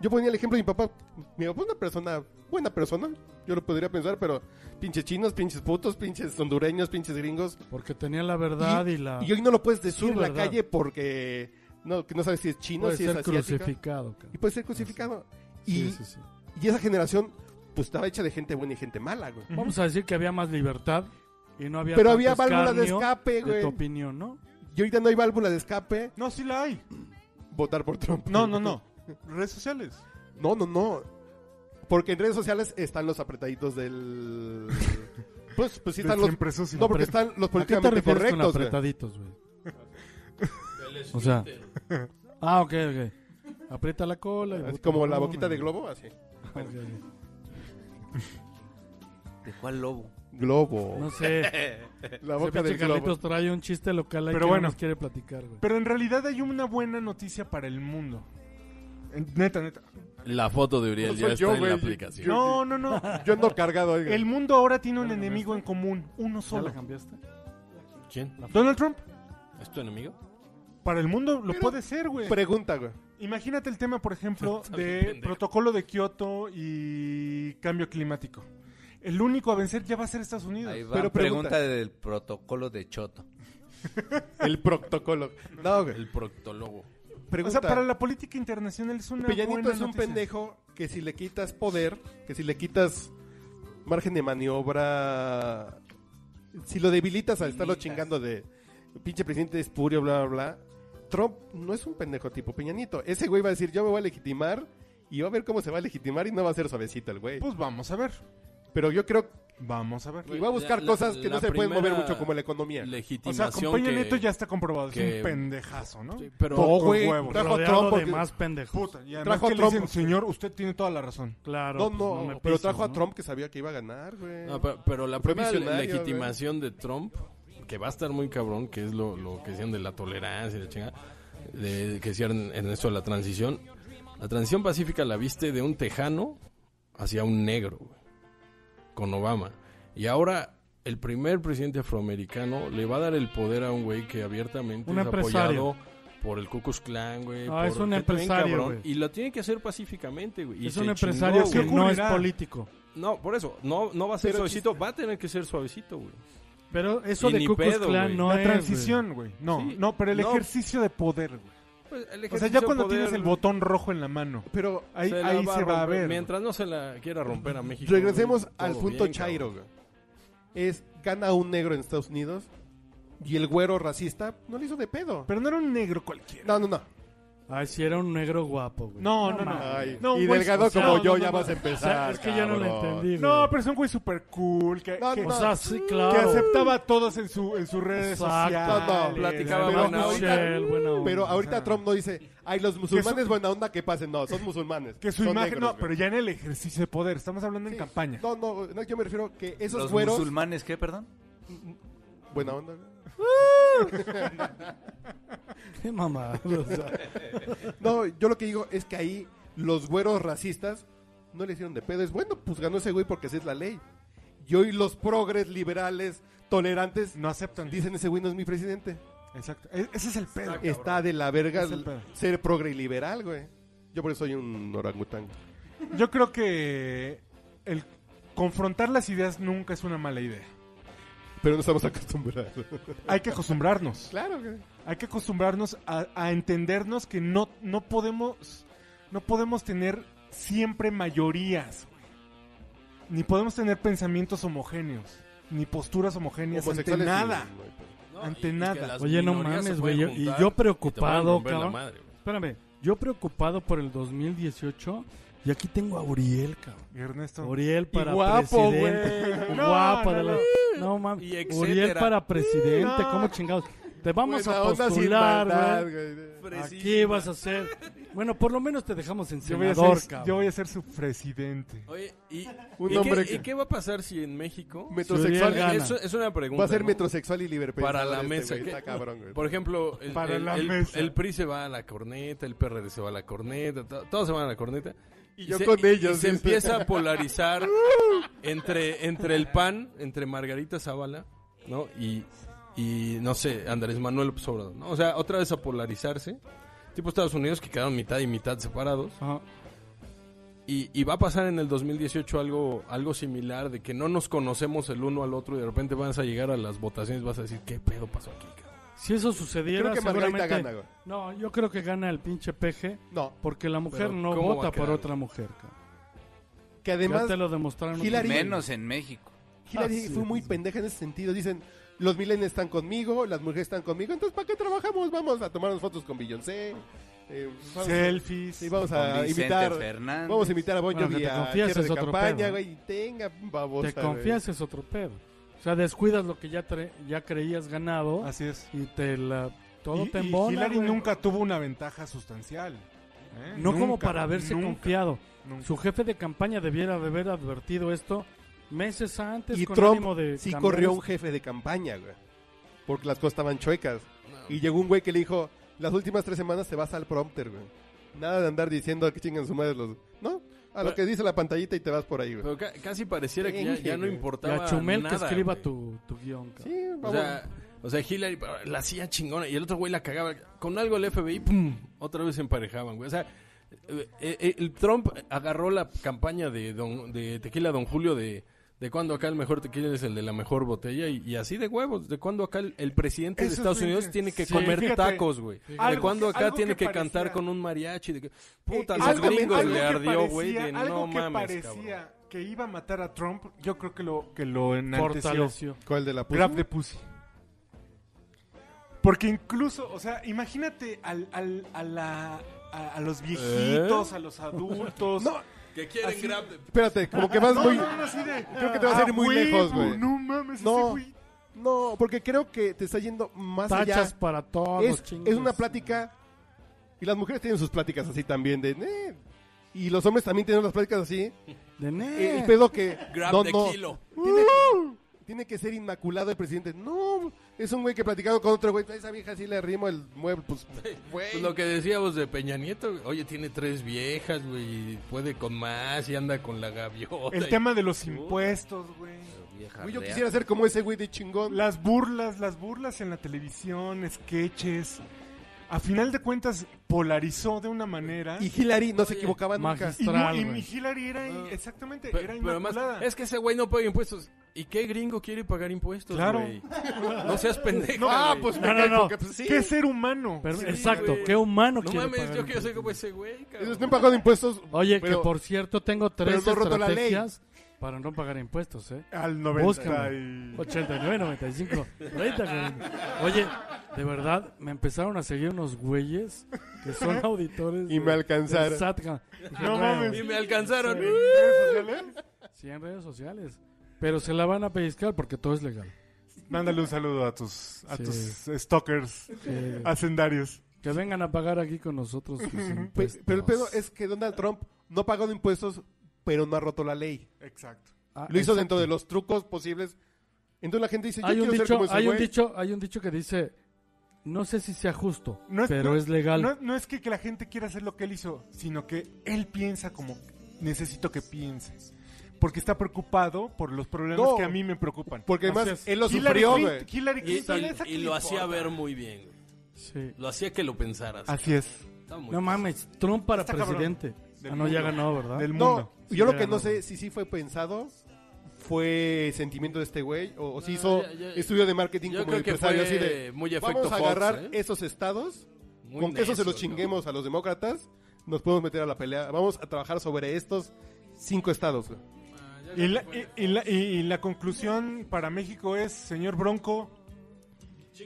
S3: Yo ponía el ejemplo de mi papá. Mi papá es una persona, buena persona. Yo lo podría pensar, pero pinches chinos, pinches putos, pinches hondureños, pinches gringos.
S7: Porque tenía la verdad y, la...
S3: Y hoy no lo puedes decir
S7: Sí,
S3: en la
S7: verdad.
S3: calle porque no, que no sabes si es chino,
S7: puede
S3: si es
S7: ser
S3: asiática.
S7: crucificado. cabrón.
S3: Y puede ser crucificado. Y,
S7: Sí, sí, sí.
S3: y esa generación, pues estaba hecha de gente buena y gente mala, güey.
S7: Vamos a decir que había más libertad y no había
S3: Pero
S7: tanto
S3: había válvula de
S7: escarnio
S3: escape, güey.
S7: De tu opinión, ¿no?
S3: Y ahorita no hay válvula de escape,
S5: No, sí la hay.
S3: votar por Trump.
S5: No, no, no. Redes sociales.
S3: No, no, no. Porque en redes sociales están los apretaditos del. Pues, pues sí
S5: Del
S3: están los.
S5: siempre sucio.
S3: No, porque están los
S7: ¿A qué te
S3: políticamente
S7: refieres con
S3: correctos. güey.
S7: apretaditos, güey? o sea... Ah, ok, ok. Aprieta la cola. y
S3: Así
S7: bota
S3: como la
S7: volumen.
S3: boquita de globo, así.
S7: Ok.
S6: ¿De cuál lobo?
S3: Globo.
S7: No sé.
S3: La
S7: Ese
S3: boca
S7: pinche
S3: del globo.
S7: Carlitos trae un chiste local ahí
S5: Pero
S7: que
S5: bueno.
S7: no nos quiere platicar, güey.
S5: Pero en realidad hay una buena noticia para el mundo. En- Neta, neta.
S8: La foto de Uriel
S3: No
S8: ya
S3: soy
S8: está
S3: yo,
S8: en
S3: güey.
S8: la aplicación.
S5: No, no, no.
S3: Yo ando cargado, oiga.
S5: El mundo ahora tiene un enemigo en común, uno
S7: ¿Ya la
S5: solo.
S7: cambiaste?
S11: ¿Quién?
S5: Donald Trump,
S11: ¿Es tu enemigo?
S5: para el mundo lo puede ser, güey.
S3: Pregunta, güey.
S5: Imagínate el tema, por ejemplo,
S11: Está bien
S5: de
S11: pendejo.
S5: protocolo de Kioto y cambio climático. El único a vencer ya va a ser Estados Unidos.
S6: Ahí va
S3: Pero
S6: pregunta,
S3: pregunta.
S6: del protocolo de Choto.
S3: El proctólogo. No, güey.
S8: El proctólogo.
S5: O
S3: Pregunta.
S5: sea, para la política internacional es una
S3: Peña Nieto
S5: buena
S3: es un
S5: noticia.
S3: pendejo que si le quitas poder, que si le quitas margen de maniobra, si lo debilitas al estarlo chingando de pinche presidente espurio, bla, bla, bla. Trump no es un pendejo tipo Peña Nieto. Ese güey va a decir, yo me voy a legitimar y va a ver cómo se va a legitimar y no va a ser suavecito el güey.
S5: Pues vamos a ver.
S3: Pero yo creo
S5: Vamos a ver.
S3: que va a buscar
S8: La- la-
S3: cosas que
S8: la
S3: no se pueden mover
S8: primera
S3: mucho como la economía.
S5: O sea,
S8: Legitimación
S5: con Peña
S8: que-
S5: Nieto ya está comprobado. Es
S8: que-
S5: un pendejazo, ¿no?
S8: Sí, pero
S5: Pocos
S3: güey,
S5: huevos.
S3: Trajo
S7: Rodeado
S3: Trump
S7: de
S3: porque-
S7: más pendejos.
S5: Puta, y además
S3: Trajo
S5: que le
S3: Trump.
S5: dicen, señor, usted tiene toda la razón.
S7: Claro.
S3: No,
S7: pues,
S3: no,
S7: me
S3: pero
S7: pises,
S3: trajo a
S7: ¿no?
S3: Trump que sabía que iba a ganar,
S7: Eh,
S3: güey.
S8: No, pero, pero la
S3: Fue
S8: primera
S3: visionario,
S8: legitimación de Trump, que va a estar muy cabrón, que es lo, lo que decían de la tolerancia y la chingada, de, que decían en esto de la transición. La transición pacífica la viste de un tejano hacia un negro, güey, con Obama. Y ahora el primer presidente afroamericano le va a dar el poder a un güey que abiertamente
S7: Un
S8: es
S7: empresario.
S8: apoyado por el Ku Klux Klan, güey.
S7: No,
S8: por-
S7: es un
S8: que está bien
S7: empresario,
S8: cabrón,
S7: güey.
S8: Y lo tiene que hacer pacíficamente, güey. y
S7: Es
S8: se
S7: un
S8: chingó,
S7: empresario
S8: güey.
S7: que no es
S5: ocurrirá?
S7: político.
S8: No, por eso, no, no va a ser
S3: Pero
S8: suavecito, va a tener que ser suavecito, güey.
S7: Pero eso
S8: Y
S7: de
S8: ni
S7: Ku Klux
S8: pedo,
S7: Klan
S8: güey.
S7: no
S5: la
S7: es,
S5: transición, güey. No,
S8: Sí.
S5: no, pero el
S8: No.
S5: ejercicio de poder, güey.
S8: Pues, el
S5: O sea,
S8: ejercicio
S5: ya cuando
S8: poder
S5: tienes el botón rojo en la mano,
S3: Pero
S5: ahí
S8: se
S5: se,
S8: la
S5: ahí se va a
S8: romper.
S5: ver.
S8: Mientras no se la quiera romper a México.
S3: Regresemos
S8: güey,
S3: al
S8: todo
S3: punto
S8: bien,
S3: Chairo.
S8: cabrón.
S3: güey. Es gana un negro en Estados Unidos y el güero racista no le hizo de pedo.
S5: Pero no era un negro cualquiera.
S3: No, no, no.
S7: Ay, si era un negro guapo, güey.
S5: No, no, no.
S3: Ay,
S5: No,
S3: y
S5: güey,
S3: delgado
S5: o sea,
S3: como
S5: no,
S3: yo
S5: no,
S3: ya
S5: no.
S3: vas a
S7: O sea,
S3: empezar.
S7: es que yo no lo
S3: cabrón.
S7: entendí, güey.
S5: No, pero es un güey super cool que,
S3: No,
S5: que-
S7: O sea, sí, claro.
S5: que aceptaba a todos en, su, en sus redes
S7: Exacto.
S5: sociales.
S3: No,
S8: platicaba
S5: Pero
S8: buena
S5: ahorita-
S8: onda.
S7: Michelle, buena onda.
S3: Pero ahorita Trump no dice, ay, los musulmanes
S5: su-
S3: buena onda que pasen. No, son musulmanes.
S5: Que su
S3: Son
S5: imagen,
S3: negros,
S5: no,
S3: güey.
S5: pero ya en el ejercicio de poder, estamos hablando en
S3: Sí.
S5: campaña.
S3: No, no, no, yo me refiero que esos
S6: ¿Los
S3: güeros...
S6: musulmanes qué, perdón?
S3: Buena onda, güey.
S7: Qué mamada, o sea.
S3: No, yo lo que digo es que ahí los güeros racistas no le hicieron de pedo. Es bueno, pues ganó ese güey porque así es la ley. Y hoy los progres, liberales, tolerantes,
S5: No aceptan.
S3: dicen ese güey no es mi presidente.
S5: Exacto. E- ese es el pedo.
S8: Ah,
S3: Está de la verga
S5: Es el pedo.
S3: ser progre y liberal, güey. Yo por eso soy un orangután.
S5: Yo creo que el confrontar las ideas nunca es una mala idea.
S3: Pero no estamos acostumbrados.
S5: Hay que acostumbrarnos.
S3: claro, güey.
S5: Hay que acostumbrarnos a, a entendernos que no, no podemos no podemos tener siempre mayorías, güey. Ni podemos tener pensamientos homogéneos, ni posturas homogéneas ante
S3: Homosexuales pues.
S5: nada.
S3: y- no hay pedo.
S8: No,
S5: Ante
S8: que
S5: nada.
S8: las
S7: Oye, no
S8: minorías se
S7: mames, güey.
S8: pueden
S7: yo- Y
S8: juntar
S7: yo
S8: y te pueden
S7: preocupado,
S8: romper la
S7: cabrón.
S8: madre, güey.
S7: Espérame, yo preocupado por el 2018 y aquí tengo a Uriel, cabrón.
S5: Ernesto.
S7: Uriel para
S5: guapo,
S7: presidente.
S5: güey. No,
S7: Guapa
S5: no,
S7: de la- No
S8: Y
S7: mames.
S8: etcétera.
S7: Uriel para presidente,
S5: No.
S7: ¿cómo chingados? Te vamos
S3: Buena
S7: a
S3: onda sin maldad,
S7: postular, güey.
S3: güey.
S7: Aquí vas a ser. Bueno, por lo menos te dejamos en
S5: Yo voy, a
S7: senador,
S5: ser,
S7: cabrón.
S5: yo voy a ser su presidente.
S8: Oye, y,
S3: Un
S8: ¿y
S3: hombre
S8: qué,
S3: que-
S8: y qué va a pasar si en México...
S3: Metrosexual.
S7: Sí, Gana.
S8: Eso es una pregunta.
S3: Va a ser
S8: ¿no?
S3: metrosexual y liberpensador
S8: Para la
S3: este,
S8: mesa.
S3: güey.
S8: ¿qué?
S3: Está cabrón, güey.
S8: Por ejemplo, el,
S5: Para
S8: el-
S5: la
S8: el-
S5: mesa.
S8: el PRI se va a la corneta, el PRD se va a la corneta, to- todos se van a la corneta.
S3: Y yo
S8: se-
S3: con
S8: y- y
S3: ellos,
S8: se
S3: dice. Uh.
S8: empieza a polarizar entre, entre el PAN, entre Margarita Zavala, ¿no? Y, y, no sé, Andrés Manuel López Obrador, ¿no? O sea, otra vez a polarizarse. Tipo Estados Unidos que quedaron mitad y mitad separados.
S7: Ajá.
S8: Y, y va a pasar en el 2018 algo, algo similar de que no nos conocemos el uno al otro y de repente vas a llegar a las votaciones y vas a decir, ¿qué pedo pasó aquí? cabrón?"
S7: Si eso sucediera,
S3: Creo que Margarita
S7: seguramente-
S3: gana, güey.
S7: No, yo creo que gana el pinche peje
S3: No,
S7: porque la mujer
S8: Pero,
S7: no
S8: ¿cómo va a
S7: vota por
S8: quedar?
S7: otra mujer, cabrón.
S3: que
S7: ya
S3: además
S7: te lo demostraron.
S3: Hillary-
S7: otros-
S6: Menos en México.
S3: Hillary
S7: Así
S3: fue muy
S7: es.
S3: pendeja en ese sentido. Dicen, los milenios están conmigo, las mujeres están conmigo, entonces ¿para qué trabajamos? Vamos a tomarnos fotos con Beyoncé. eh, vamos-
S5: Selfies.
S3: Sí, vamos
S6: Con
S3: a
S6: Vicente
S3: imitar.
S6: Fernández.
S3: Vamos a imitar a Bon
S7: Bueno, que
S3: Jovi
S7: te
S3: a
S7: confías
S3: cierre
S7: es
S3: de
S7: otro
S3: campaña,
S7: pedo.
S3: güey. y Tenga babosa.
S7: Te confías es otro pedo. O sea, descuidas lo que ya, tra- ya creías ganado
S5: Así es.
S7: y te la... Todo
S5: Y-
S7: te
S5: y
S7: embona,
S5: Hillary
S7: güey.
S5: nunca tuvo una ventaja sustancial. ¿eh?
S7: No como
S5: Nunca,
S7: para haberse
S5: nunca.
S7: confiado.
S5: Nunca.
S7: Su jefe de campaña debiera de haber advertido esto meses antes
S3: Y
S7: con ánimo
S3: Trump
S7: de
S3: sí
S7: cambiar
S3: corrió un
S7: esto.
S3: jefe de campaña, güey. Porque las cosas estaban chuecas. Y llegó un güey que le dijo, las últimas tres semanas te vas al prompter, güey. Nada de andar diciendo que chingan su madre los... No, a lo
S12: Pero-
S3: que dice la pantallita y te vas por ahí, güey.
S12: Pero ca- casi pareciera que ya, ya no
S3: Sí,
S7: Y
S12: importaba.
S7: a Chumel
S12: nada,
S7: que escriba
S12: güey.
S7: tu, tu guión. cabrón.
S3: Sí,
S12: O
S3: vamos.
S12: sea, o sea, Hillary ah, la hacía chingona y el otro güey la cagaba. Con algo el FBI, ¡pum! Otra vez se emparejaban, güey. O sea, eh, eh, el Trump agarró la campaña de, don, de tequila Don Julio de, de cuando acá el mejor tequila es el de la mejor botella y, y así de huevos. De cuando acá el, el presidente de
S5: Eso es
S12: Estados
S5: lo
S12: Unidos
S5: inter-
S12: tiene que
S5: Sí,
S12: comer
S5: fíjate.
S12: tacos, güey. De
S5: Algo
S12: cuando
S5: que-
S12: acá
S5: algo
S12: tiene que,
S5: que
S12: cantar
S5: parecía-
S12: con un mariachi. De que, puta,
S5: Eh,
S12: los
S5: algo que-
S12: gringos
S5: algo
S12: le
S5: que
S12: ardió, güey.
S5: parecía-
S12: de
S5: Algo
S12: no
S5: que
S12: mames, cabrón.
S5: parecía que iba a matar a Trump, yo creo que lo, que lo enalteció.
S7: Fortaleció.
S3: ¿Cuál de la puta?
S5: Grab de pussy. Porque incluso, o sea, imagínate al, al- a, la- a- a los viejitos, a los adultos.
S3: ¿Eh? No,
S12: Que quieren
S5: Así-
S12: grab de-
S3: espérate, como que vas
S5: No,
S3: muy...
S5: no, no, así de, "Ah,
S3: creo que te vas a ir muy
S5: huevo,
S3: lejos, güey.
S5: No mames,
S3: No.
S5: ese güey.
S3: No, porque creo que te está yendo más
S7: Tachas
S3: allá.
S7: para todos.
S3: Es,
S7: chingues.
S3: es una plática... Y las mujeres tienen sus pláticas así también de... "Eh". Y los hombres también tienen las pláticas así.
S7: De
S3: Eh,
S7: ne-
S3: El pedo que...
S12: Grab
S3: no,
S12: de
S3: no.
S12: kilo.
S3: Tiene, tiene que ser inmaculado el presidente. No, es un güey que platicando con otro güey. "A Esa vieja sí le arrimo el mueble. Pues, güey.
S12: Pues lo que decíamos de Peña Nieto, güey. oye, tiene tres viejas, güey, y puede con más y anda con la gaviota.
S5: El
S12: y-
S5: tema de los impuestos, güey.
S6: Vieja
S3: Güey, yo
S6: rea.
S3: quisiera ser como ese güey de chingón.
S5: Las burlas, las burlas en la televisión, sketches. A final de cuentas, polarizó de una manera.
S3: Y Hillary no se equivocaba nunca.
S7: magis-
S5: Y, mu-
S7: Astral,
S5: y
S7: güey.
S5: mi Hillary
S3: Ah.
S5: era in- exactamente,
S12: Pe-
S5: era
S12: pero más,
S5: inmaculada.
S12: es que ese güey no paga impuestos. ¿Y qué gringo quiere pagar impuestos,
S5: Claro.
S12: güey? No seas pendejo.
S3: ah,
S12: güey.
S3: pues me
S7: No, no,
S3: cae
S7: no.
S3: porque, pues, sí.
S5: ¿Qué ser humano?
S7: Pero-
S12: Sí,
S7: exacto,
S12: güey.
S7: qué humano
S12: No
S7: quiere
S12: mames,
S7: pagar
S12: yo quiero
S7: impuestos.
S12: ser como ese güey,
S3: Ellos
S12: cabrón.
S3: no han pagado impuestos.
S7: Oye,
S3: pero-
S7: que por cierto tengo tres
S3: no he roto la ley.
S7: estrategias para no pagar impuestos, ¿eh?
S5: Al
S7: Búscame.
S5: 90 y...
S3: Pues,
S7: 89, 95, 30, 40. Oye, de verdad, me empezaron a seguir unos güeyes que son auditores.
S3: Y me alcanzaron.
S7: No
S5: No mames.
S12: Y me alcanzaron.
S5: ¿Redes sociales?
S7: Sí, en redes sociales. Pero se la van a pellizcar porque todo es legal.
S5: Mándale un saludo a tus a
S7: Sí.
S5: tus stalkers,
S7: Que,
S3: Ah.
S5: hacendarios.
S7: que vengan a pagar aquí con nosotros sus
S3: Pe-
S7: impuestos.
S3: pero el pedo es que Donald Trump no ha pagado impuestos, pero no ha roto la ley.
S5: Exacto.
S7: Ah,
S3: Lo hizo
S7: exacto.
S3: dentro de los trucos posibles. Entonces la gente dice, yo
S7: Hay, un
S3: quiero ser
S7: dicho,
S3: como ese
S7: hay, un
S3: güey.
S7: dicho, hay un dicho que dice, no sé si sea justo,
S5: No es-
S7: pero
S5: no-
S7: es legal.
S5: No, no es que, que la gente quiera hacer lo que él hizo, sino que él piensa como necesito que pienses. Porque está preocupado por los problemas
S3: No.
S5: que a mí me preocupan.
S3: Porque además,
S7: Así es.
S3: él lo
S5: Hillary
S3: sufrió,
S5: Clinton-
S3: güey.
S5: Hillary
S12: Y,
S5: Clinton,
S12: y-
S5: esa que
S12: y
S5: le
S12: lo hacía
S5: importa.
S12: ver muy bien, güey.
S7: Sí.
S12: Lo hacía que lo pensaras.
S5: Así es,
S12: Está muy
S7: No mames, Trump para
S5: Está cabrón.
S7: presidente.
S5: Del
S7: Ah, no, ya
S5: mundo.
S7: ganó, ¿verdad?
S5: del
S3: No,
S5: mundo.
S3: yo lo que no sé si sí fue pensado fue sentimiento de este güey o, o si hizo
S12: ya, ya.
S3: estudio de marketing
S12: Yo
S3: como
S12: creo que
S3: empresario
S12: fue
S3: así de
S12: muy efecto
S3: vamos a
S12: Fox,
S3: agarrar
S12: ¿eh?
S3: esos estados
S12: Muy
S3: con que eso
S12: necio,
S3: se los
S12: cabrón.
S3: chinguemos a los demócratas nos podemos meter a la pelea vamos a trabajar sobre estos cinco estados güey.
S5: Y la, y- y la- y la conclusión para México es, señor Bronco,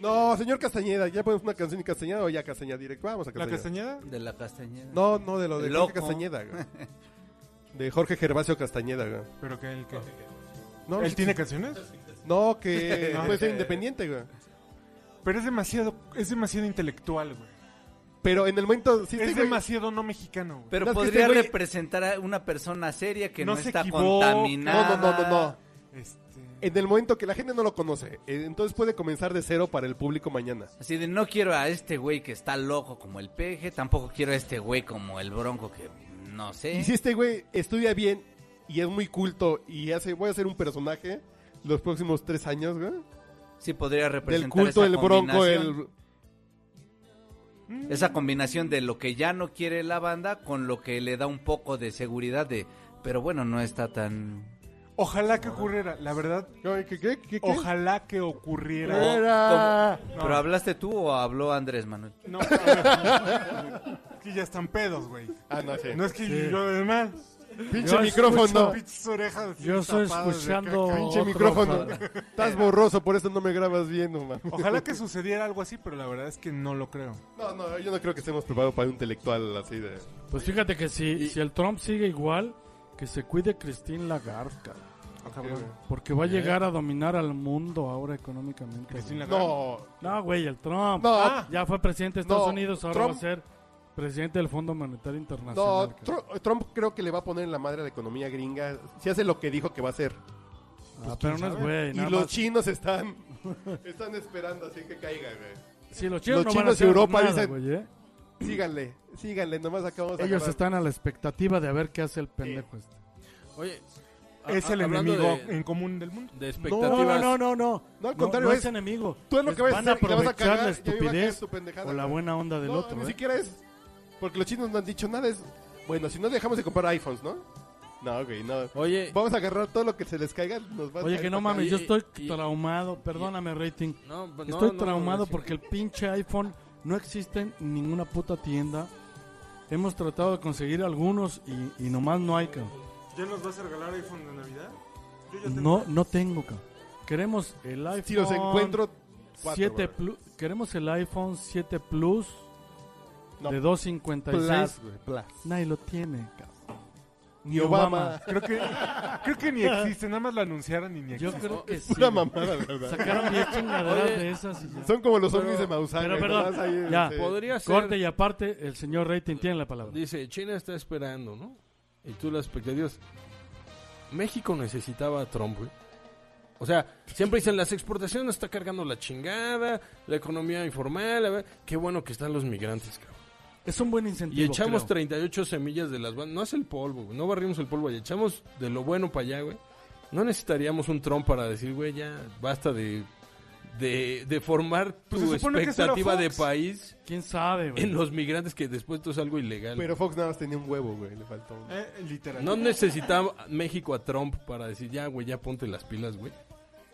S3: no señor Castañeda ya ponemos una canción y Castañeda o ya Castañeda directo vamos a
S5: la
S3: Castañeda,
S5: castañeda.
S6: De la castañeda.
S3: no no de lo de
S6: Loco.
S3: Jorge Castañeda güey. de Jorge Gervasio Castañeda güey.
S5: Pero que él, que-
S3: no
S5: ¿Él tiene canciones?
S3: no que
S5: No.
S3: puede ser independiente güey.
S5: Pero es demasiado, es demasiado intelectual, güey.
S3: pero en el momento sí,
S5: es
S3: este güey-
S5: demasiado no mexicano, güey.
S6: Pero
S3: No, es que
S6: podría
S3: este güey-
S6: representar a una persona seria que
S5: No
S6: no,
S5: se
S6: está
S5: equivoca.
S3: no
S6: contaminada.
S3: no no no, no.
S5: Este,
S3: en el momento que la gente no lo conoce. eh, Entonces puede comenzar de cero para el público mañana.
S6: Así de, no quiero a este güey que está loco como el peje, tampoco quiero a este güey como el bronco que no sé.
S3: Y si este güey estudia bien y es muy culto y hace, voy a hacer un personaje los próximos tres años, güey.
S6: Sí podría
S3: Del
S6: representar
S3: culto,
S6: esa
S3: el bronco,
S6: combinación.
S3: el...
S6: Esa combinación de lo que ya no quiere la banda con lo que le da un poco de seguridad de, pero bueno, no está tan...
S5: ojalá que ocurriera, la verdad,
S3: ¿Qué, qué, qué, qué?
S5: Oh, ojalá que ocurriera.
S3: Era-
S5: No.
S6: ¿Pero hablaste tú o habló Andrés Manuel?
S5: No, es que ya están pedos, güey.
S3: Ah, no sé.
S5: No es que yo de mal.
S3: Pinche
S7: Yo
S3: micrófono.
S7: escucho-
S5: Pinches orejas.
S7: Yo estoy
S5: tapadas de
S7: escuchando
S5: caca.
S3: Pinche
S7: otro
S3: micrófono.
S7: para-
S3: Estás borroso, por eso no me grabas bien, no mames.
S5: Ojalá que sucediera algo así, pero la verdad es que no lo creo.
S3: No, no, yo no creo que estemos preparados para un intelectual así de...
S7: Pues fíjate que si, si el Trump sigue igual, que se cuide Christine Lagarde, cabrón. Porque
S3: ¿Eh?
S7: va a llegar a dominar al mundo ahora económicamente. güey.
S5: Cristina Lagarde.
S3: No,
S7: No, güey, el Trump.
S3: no,
S7: Ya fue presidente de Estados
S3: No,
S7: Unidos, ahora
S3: Trump-
S7: va a ser Presidente del Fondo Monetario Internacional.
S3: No, Tru- Trump creo que le va a poner en la madre a la economía gringa si hace lo que dijo que va a hacer.
S7: Ah, pero no es güey.
S3: y
S7: nada
S3: los
S7: más.
S3: chinos están, están esperando así que caiga, güey.
S7: Sí, los chinos,
S3: los
S7: no van a
S3: chinos de
S7: hacer
S3: Europa
S7: nada,
S3: dicen-
S7: güey, ¿eh?
S3: Síganle, síganle, nomás acabamos
S7: Ellos están a la expectativa de a ver qué hace el pendejo este.
S12: Oye, a-
S5: Es
S12: a-
S5: el
S12: hablando
S5: enemigo
S12: de-
S5: en común del mundo.
S12: de
S7: No,
S12: expectativas.
S7: no, no, no, no.
S3: No, al contrario,
S7: no es,
S3: es-
S7: enemigo.
S3: tú es lo
S7: Es-
S3: que vas a
S7: van a
S3: hacer y la vas a
S7: aprovechar
S3: cagar,
S7: la
S3: y ahí va a caer
S7: estupidez
S3: tu pendejada,
S7: o la
S3: güey.
S7: buena onda del
S3: No,
S7: otro.
S3: ni
S7: ¿eh?
S3: siquiera es. Porque los chinos no han dicho nada. Es. Bueno, si no dejamos de comprar iPhones, ¿no? No, güey, no.
S12: Oye,
S3: Vamos a agarrar todo lo que se les caiga. Nos va a
S7: Oye,
S3: caer
S7: que no
S3: para acá.
S7: mames, yo
S12: Y-
S7: estoy
S12: y-
S7: traumado. Perdóname, rating.
S12: no, no,
S7: Estoy
S12: no, no,
S7: traumado
S12: sí.
S7: porque el pinche iPhone no existe en ninguna puta tienda. Hemos tratado de conseguir algunos y, y nomás no hay, cabrón.
S5: ¿Ya nos vas a regalar iPhone de Navidad? Yo ya
S7: No, no tengo, cabrón. Queremos el iPhone.
S3: Si los encuentro. cuatro,
S7: 7
S3: güey.
S7: Plus. Queremos el iPhone 7 Plus
S3: No.
S7: de
S3: Plus,
S7: 256.
S3: güey, plus.
S7: Nadie lo tiene, cabrón.
S3: Ni Obama.
S5: Creo que, creo que ni existe, nada más lo anunciaron y ni
S7: Yo
S5: existe.
S7: creo que sí.
S3: Pura
S7: güey.
S3: mamada, la verdad.
S7: Sacaron 10 chingaderas de esas y ya.
S3: Son como los ovnis de Maussan.
S7: pero
S3: güey,
S7: perdón,
S3: nomás ahí, este,
S7: ya.
S3: sí.
S12: podría ser.
S7: Corte y aparte, el señor Rating tiene la palabra.
S12: Dice, China está esperando, ¿no? Y tú las expectativas. México necesitaba a Trump, güey. O sea, siempre dicen, las exportaciones nos está cargando la chingada, la economía informal, a ver, qué bueno que están los migrantes, cabrón.
S7: Es un buen incentivo.
S12: Y echamos
S7: creo.
S12: 38 semillas de las bandas. No es el polvo, güey. No barrimos el polvo y echamos de lo bueno para allá, güey. No necesitaríamos un Trump para decir, güey, ya basta de, de, de formar tu
S5: Pues se supone que eso era
S12: expectativa de
S5: Fox.
S12: país
S7: ¿Quién sabe, güey?
S12: en los migrantes que después esto es algo ilegal.
S3: Pero Fox nada más tenía un huevo, güey. Le faltó un.
S5: Eh, literal.
S12: No necesitaba a México a Trump para decir, ya, güey, ya ponte las pilas, güey.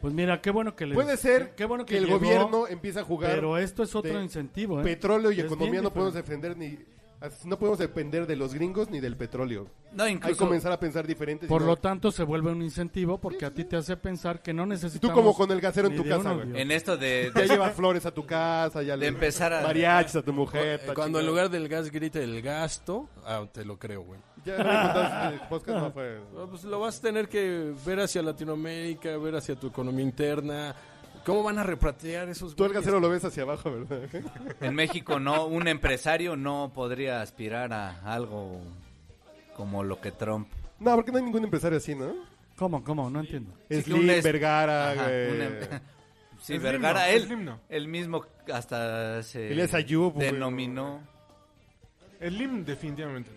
S7: Pues mira, qué bueno que le
S3: Puede ser
S7: qué bueno que,
S3: el
S7: llegó,
S3: gobierno empieza a jugar
S7: Pero esto es otro
S3: de
S7: incentivo, ¿eh?
S3: petróleo y
S7: Es
S3: economía.
S7: bien
S3: No podemos
S7: diferente.
S3: defender ni. No podemos depender de los gringos ni del petróleo.
S6: No,
S3: Hay que
S6: incluso
S3: comenzar a pensar diferente. si
S7: Por
S3: no-
S7: lo tanto, se vuelve un incentivo porque a ti te hace pensar que no necesitas.
S3: Tú como con el gasero en tu casa, güey.
S6: en esto de,
S3: Ya
S6: de-
S3: llevas flores a tu casa, ya
S6: de
S3: le
S6: empezar a... Eh,
S3: mariachis a tu mujer. ta
S12: Cuando en
S3: chingada.
S12: lugar del gas grita el gasto, ah, te lo creo, güey.
S3: Ya no me contaste, el podcast no fue.
S12: Ah, Pues lo vas a tener que ver hacia Latinoamérica, ver hacia tu economía interna. ¿Cómo van a repatriar esos
S3: Tú el
S12: güeyes?
S3: gasero lo ves hacia abajo, ¿verdad?
S6: En México no, un empresario no podría aspirar a algo como lo que Trump.
S3: No, porque no hay ningún empresario así, ¿no?
S7: ¿Cómo, cómo? No entiendo.
S6: Sí,
S3: Slim,
S6: un es-
S3: Vergara,
S6: Ajá,
S3: Ah, güey.
S6: un em- sí,
S5: Slim
S6: Vergara,
S5: no,
S6: él,
S5: Slim no.
S6: él mismo hasta se
S3: Elías Ayub, güey.
S6: denominó.
S5: El LIM definitivamente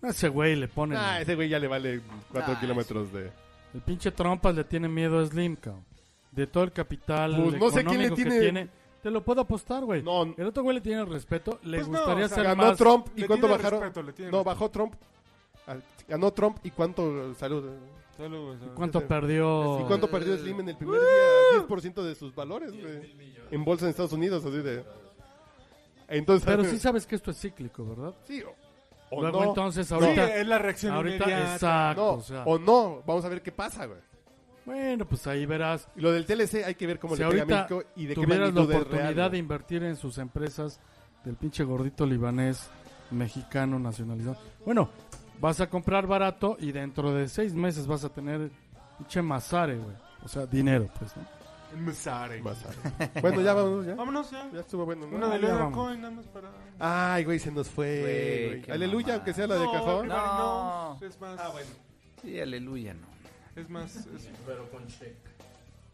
S5: no.
S7: A Ese güey le pone.
S3: Ah, ese güey ya le vale cuatro
S6: Ah,
S3: kilómetros de...
S7: El pinche trompas le tiene miedo a Slim, cabrón. De todo el capital.
S3: Pues no sé quién le
S7: económico que
S3: tiene-
S7: Te lo puedo apostar, güey.
S3: No,
S7: El otro güey le tiene respeto. Le
S5: Pues no,
S7: gustaría
S5: o sea,
S7: ser
S3: ganó
S7: más.
S3: Trump y
S5: le
S3: cuánto
S5: tiene
S3: bajaron.
S5: respeto, le tiene
S3: no,
S5: respeto.
S3: bajó Trump. Ah, Ganó Trump y cuánto salud.
S5: Solo, solo-
S7: ¿Cuánto perdió?
S3: ¿Y cuánto perdió Slim en el primer día? 10% de sus valores, güey. En bolsa en Estados Unidos, así de. Entonces.
S7: Pero sí sabes que esto es cíclico, ¿verdad?
S3: sí, o- o
S7: Luego
S3: no.
S7: entonces
S5: Sí,
S7: ahorita.
S5: es la reacción
S7: ahorita,
S5: inmediata.
S7: exacto.
S3: No,
S7: o sea,
S3: o no, vamos a ver qué pasa, güey.
S7: bueno, pues ahí verás.
S3: Y lo del TLC hay que ver cómo
S7: si
S3: le pega a
S7: ahorita
S3: México y de qué
S7: tuvieras la
S3: magnitud es
S7: oportunidad
S3: real.
S7: de
S3: güey.
S7: invertir en sus empresas del pinche gordito libanés mexicano nacionalizado. Bueno, vas a comprar barato y dentro de seis meses vas a tener pinche masare, güey. O sea, dinero, pues, ¿no?
S5: El Mesare.
S3: Vas a- Bueno, ya vamos, ya.
S5: Vámonos ya.
S3: Ya estuvo bueno. ¿no?
S5: Una de
S7: ya
S5: Leonard
S7: vamos.
S5: Cohen, nada más para.
S3: Ay, güey, se nos
S6: Güey,
S3: fue. güey.
S6: qué
S3: Aleluya,
S6: mamada.
S3: aunque sea la de cajón.
S6: no.
S5: Everybody Knows, Es más.
S6: Sí, aleluya, no.
S5: Es más. Pero con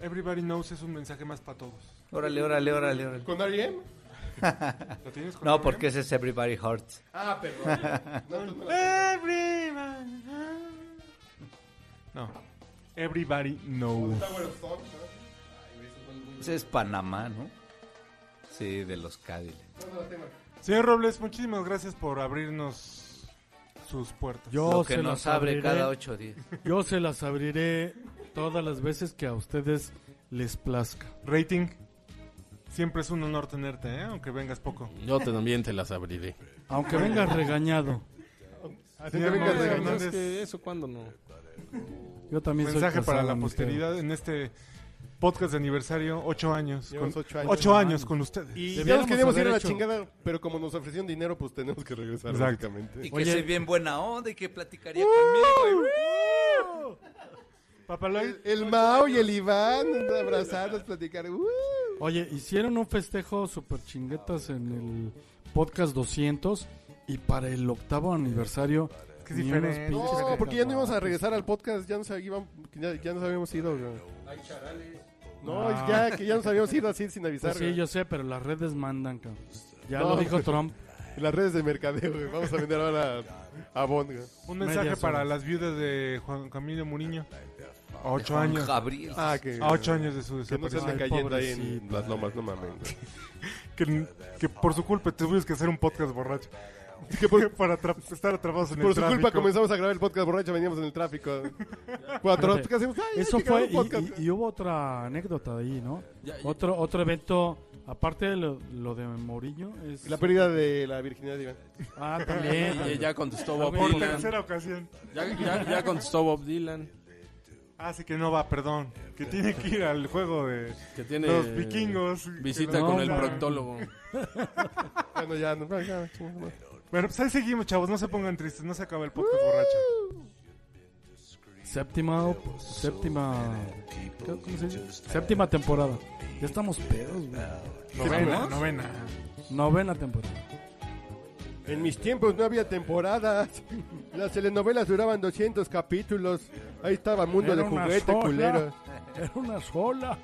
S5: Everybody Knows es un mensaje más para todos.
S6: Órale, órale, órale, órale.
S3: ¿Con R.E.M.?
S5: ¿Lo tienes con
S6: No,
S5: Everybody?
S6: porque ese es Everybody Hurts.
S3: Ah, perdón. No, no, no.
S5: Everybody. No. Everybody knows.
S6: Ese es Panamá, ¿no? Sí, de los Cadillacs.
S5: Señor Robles, muchísimas gracias por abrirnos sus puertas.
S7: Yo
S6: Lo que
S7: se
S6: nos
S7: las
S6: abre
S7: abriré.
S6: cada ocho días.
S7: Yo se las abriré todas las veces que a ustedes les plazca.
S5: Rating. Siempre es un honor tenerte, ¿eh? aunque vengas poco.
S12: Yo también te las abriré.
S7: Aunque vengas regañado.
S3: Así que venga,
S5: Hernández,
S3: venga,
S5: Hernández.
S12: Es que eso cuando no.
S7: Yo también soy
S5: Mensaje para
S7: casado,
S5: la
S7: mi
S5: posteridad en este podcast de aniversario, ocho años.
S3: Llevamos
S5: con-
S3: ocho años.
S5: ocho años con ustedes.
S3: Y ya nos
S7: Debiéramos
S3: queríamos ir a
S7: haber
S3: la
S7: hecho-
S3: chingada, pero como nos ofrecieron dinero, pues tenemos que regresar,
S5: Exacto.
S6: Y
S3: básicamente.
S6: que
S7: Oye.
S6: soy bien buena onda y que platicaría conmigo.
S5: Papaloy,
S3: El Mao y el Iván, abrazarnos, platicar. ¡uh!
S7: Oye, hicieron un festejo super chinguetas en el podcast 200 Y para el octavo aniversario.
S5: que es
S7: ni unos
S5: diferente.
S7: pinches
S3: No, porque ya no íbamos a
S7: cacahuates.
S3: regresar al podcast, ya nos, habíamos- ya, ya nos habíamos ido. güey. No,
S7: Ah.
S3: es ya que ya nos habíamos ido así sin avisar.
S7: Pues sí,
S3: güey.
S7: yo sé, pero las redes mandan, cabrón. Ya
S3: No,
S7: lo dijo
S3: güey.
S7: Trump.
S3: En las redes de mercadeo, güey. Vamos a vender ahora a, a Bond, güey.
S5: Un mensaje
S7: Medias
S5: para
S7: horas.
S5: las viudas de Juan Camilo Muriño. A ocho
S6: Juan
S5: años.
S6: Gabriel.
S3: Ah, que,
S5: A ocho años de su
S3: que no se
S5: desaparición.
S3: anden
S7: Ay,
S3: cayendo ahí en
S7: pobrecito.
S3: las lomas, no mames. güey.
S5: Que, que por su culpa tuvimos que hacer un podcast borracho. Que por- para atrap- estar atrapados en el
S3: Por su
S5: tráfico.
S3: culpa comenzamos a grabar el podcast borracho, veníamos en el tráfico. Cuatro horas.
S7: Fíjate,
S3: ¿Qué hacemos? Ay, hay
S7: Eso
S3: que grabar
S7: fue,
S3: un
S7: y,
S3: podcast.
S7: y- y hubo otra anécdota de ahí, ¿no?
S12: Ya, ya.
S7: Otro otro evento, aparte de lo, lo de Mourinho, es...
S3: La pérdida de la virginidad de Iván.
S7: Ah,
S12: Y-
S7: también.
S12: y Eh, ya contestó Bob
S7: Por
S5: Por
S12: Dylan.
S5: tercera ocasión.
S12: Ya, ya- ya contestó Bob Dylan.
S5: Ah, sí que no va, perdón. Que tiene que ir al juego de
S12: Que tiene
S5: los vikingos.
S12: Visita
S7: No,
S12: con el
S7: hombre.
S12: proctólogo.
S3: Bueno, ya, no, ya, chingada madre.
S5: Bueno, pues ahí seguimos, chavos. No se pongan tristes. No se acaba el podcast borracho.
S7: Séptima, séptima, ¿cómo se dice? Séptima temporada. Ya estamos pedos, güey.
S5: Novena, novena.
S7: Novena temporada.
S3: En mis tiempos no había temporadas. Las telenovelas duraban 200 capítulos. Ahí estaba Mundo
S7: Era
S3: de
S7: una
S3: Juguete,
S7: sola.
S3: culero.
S7: Era una sola.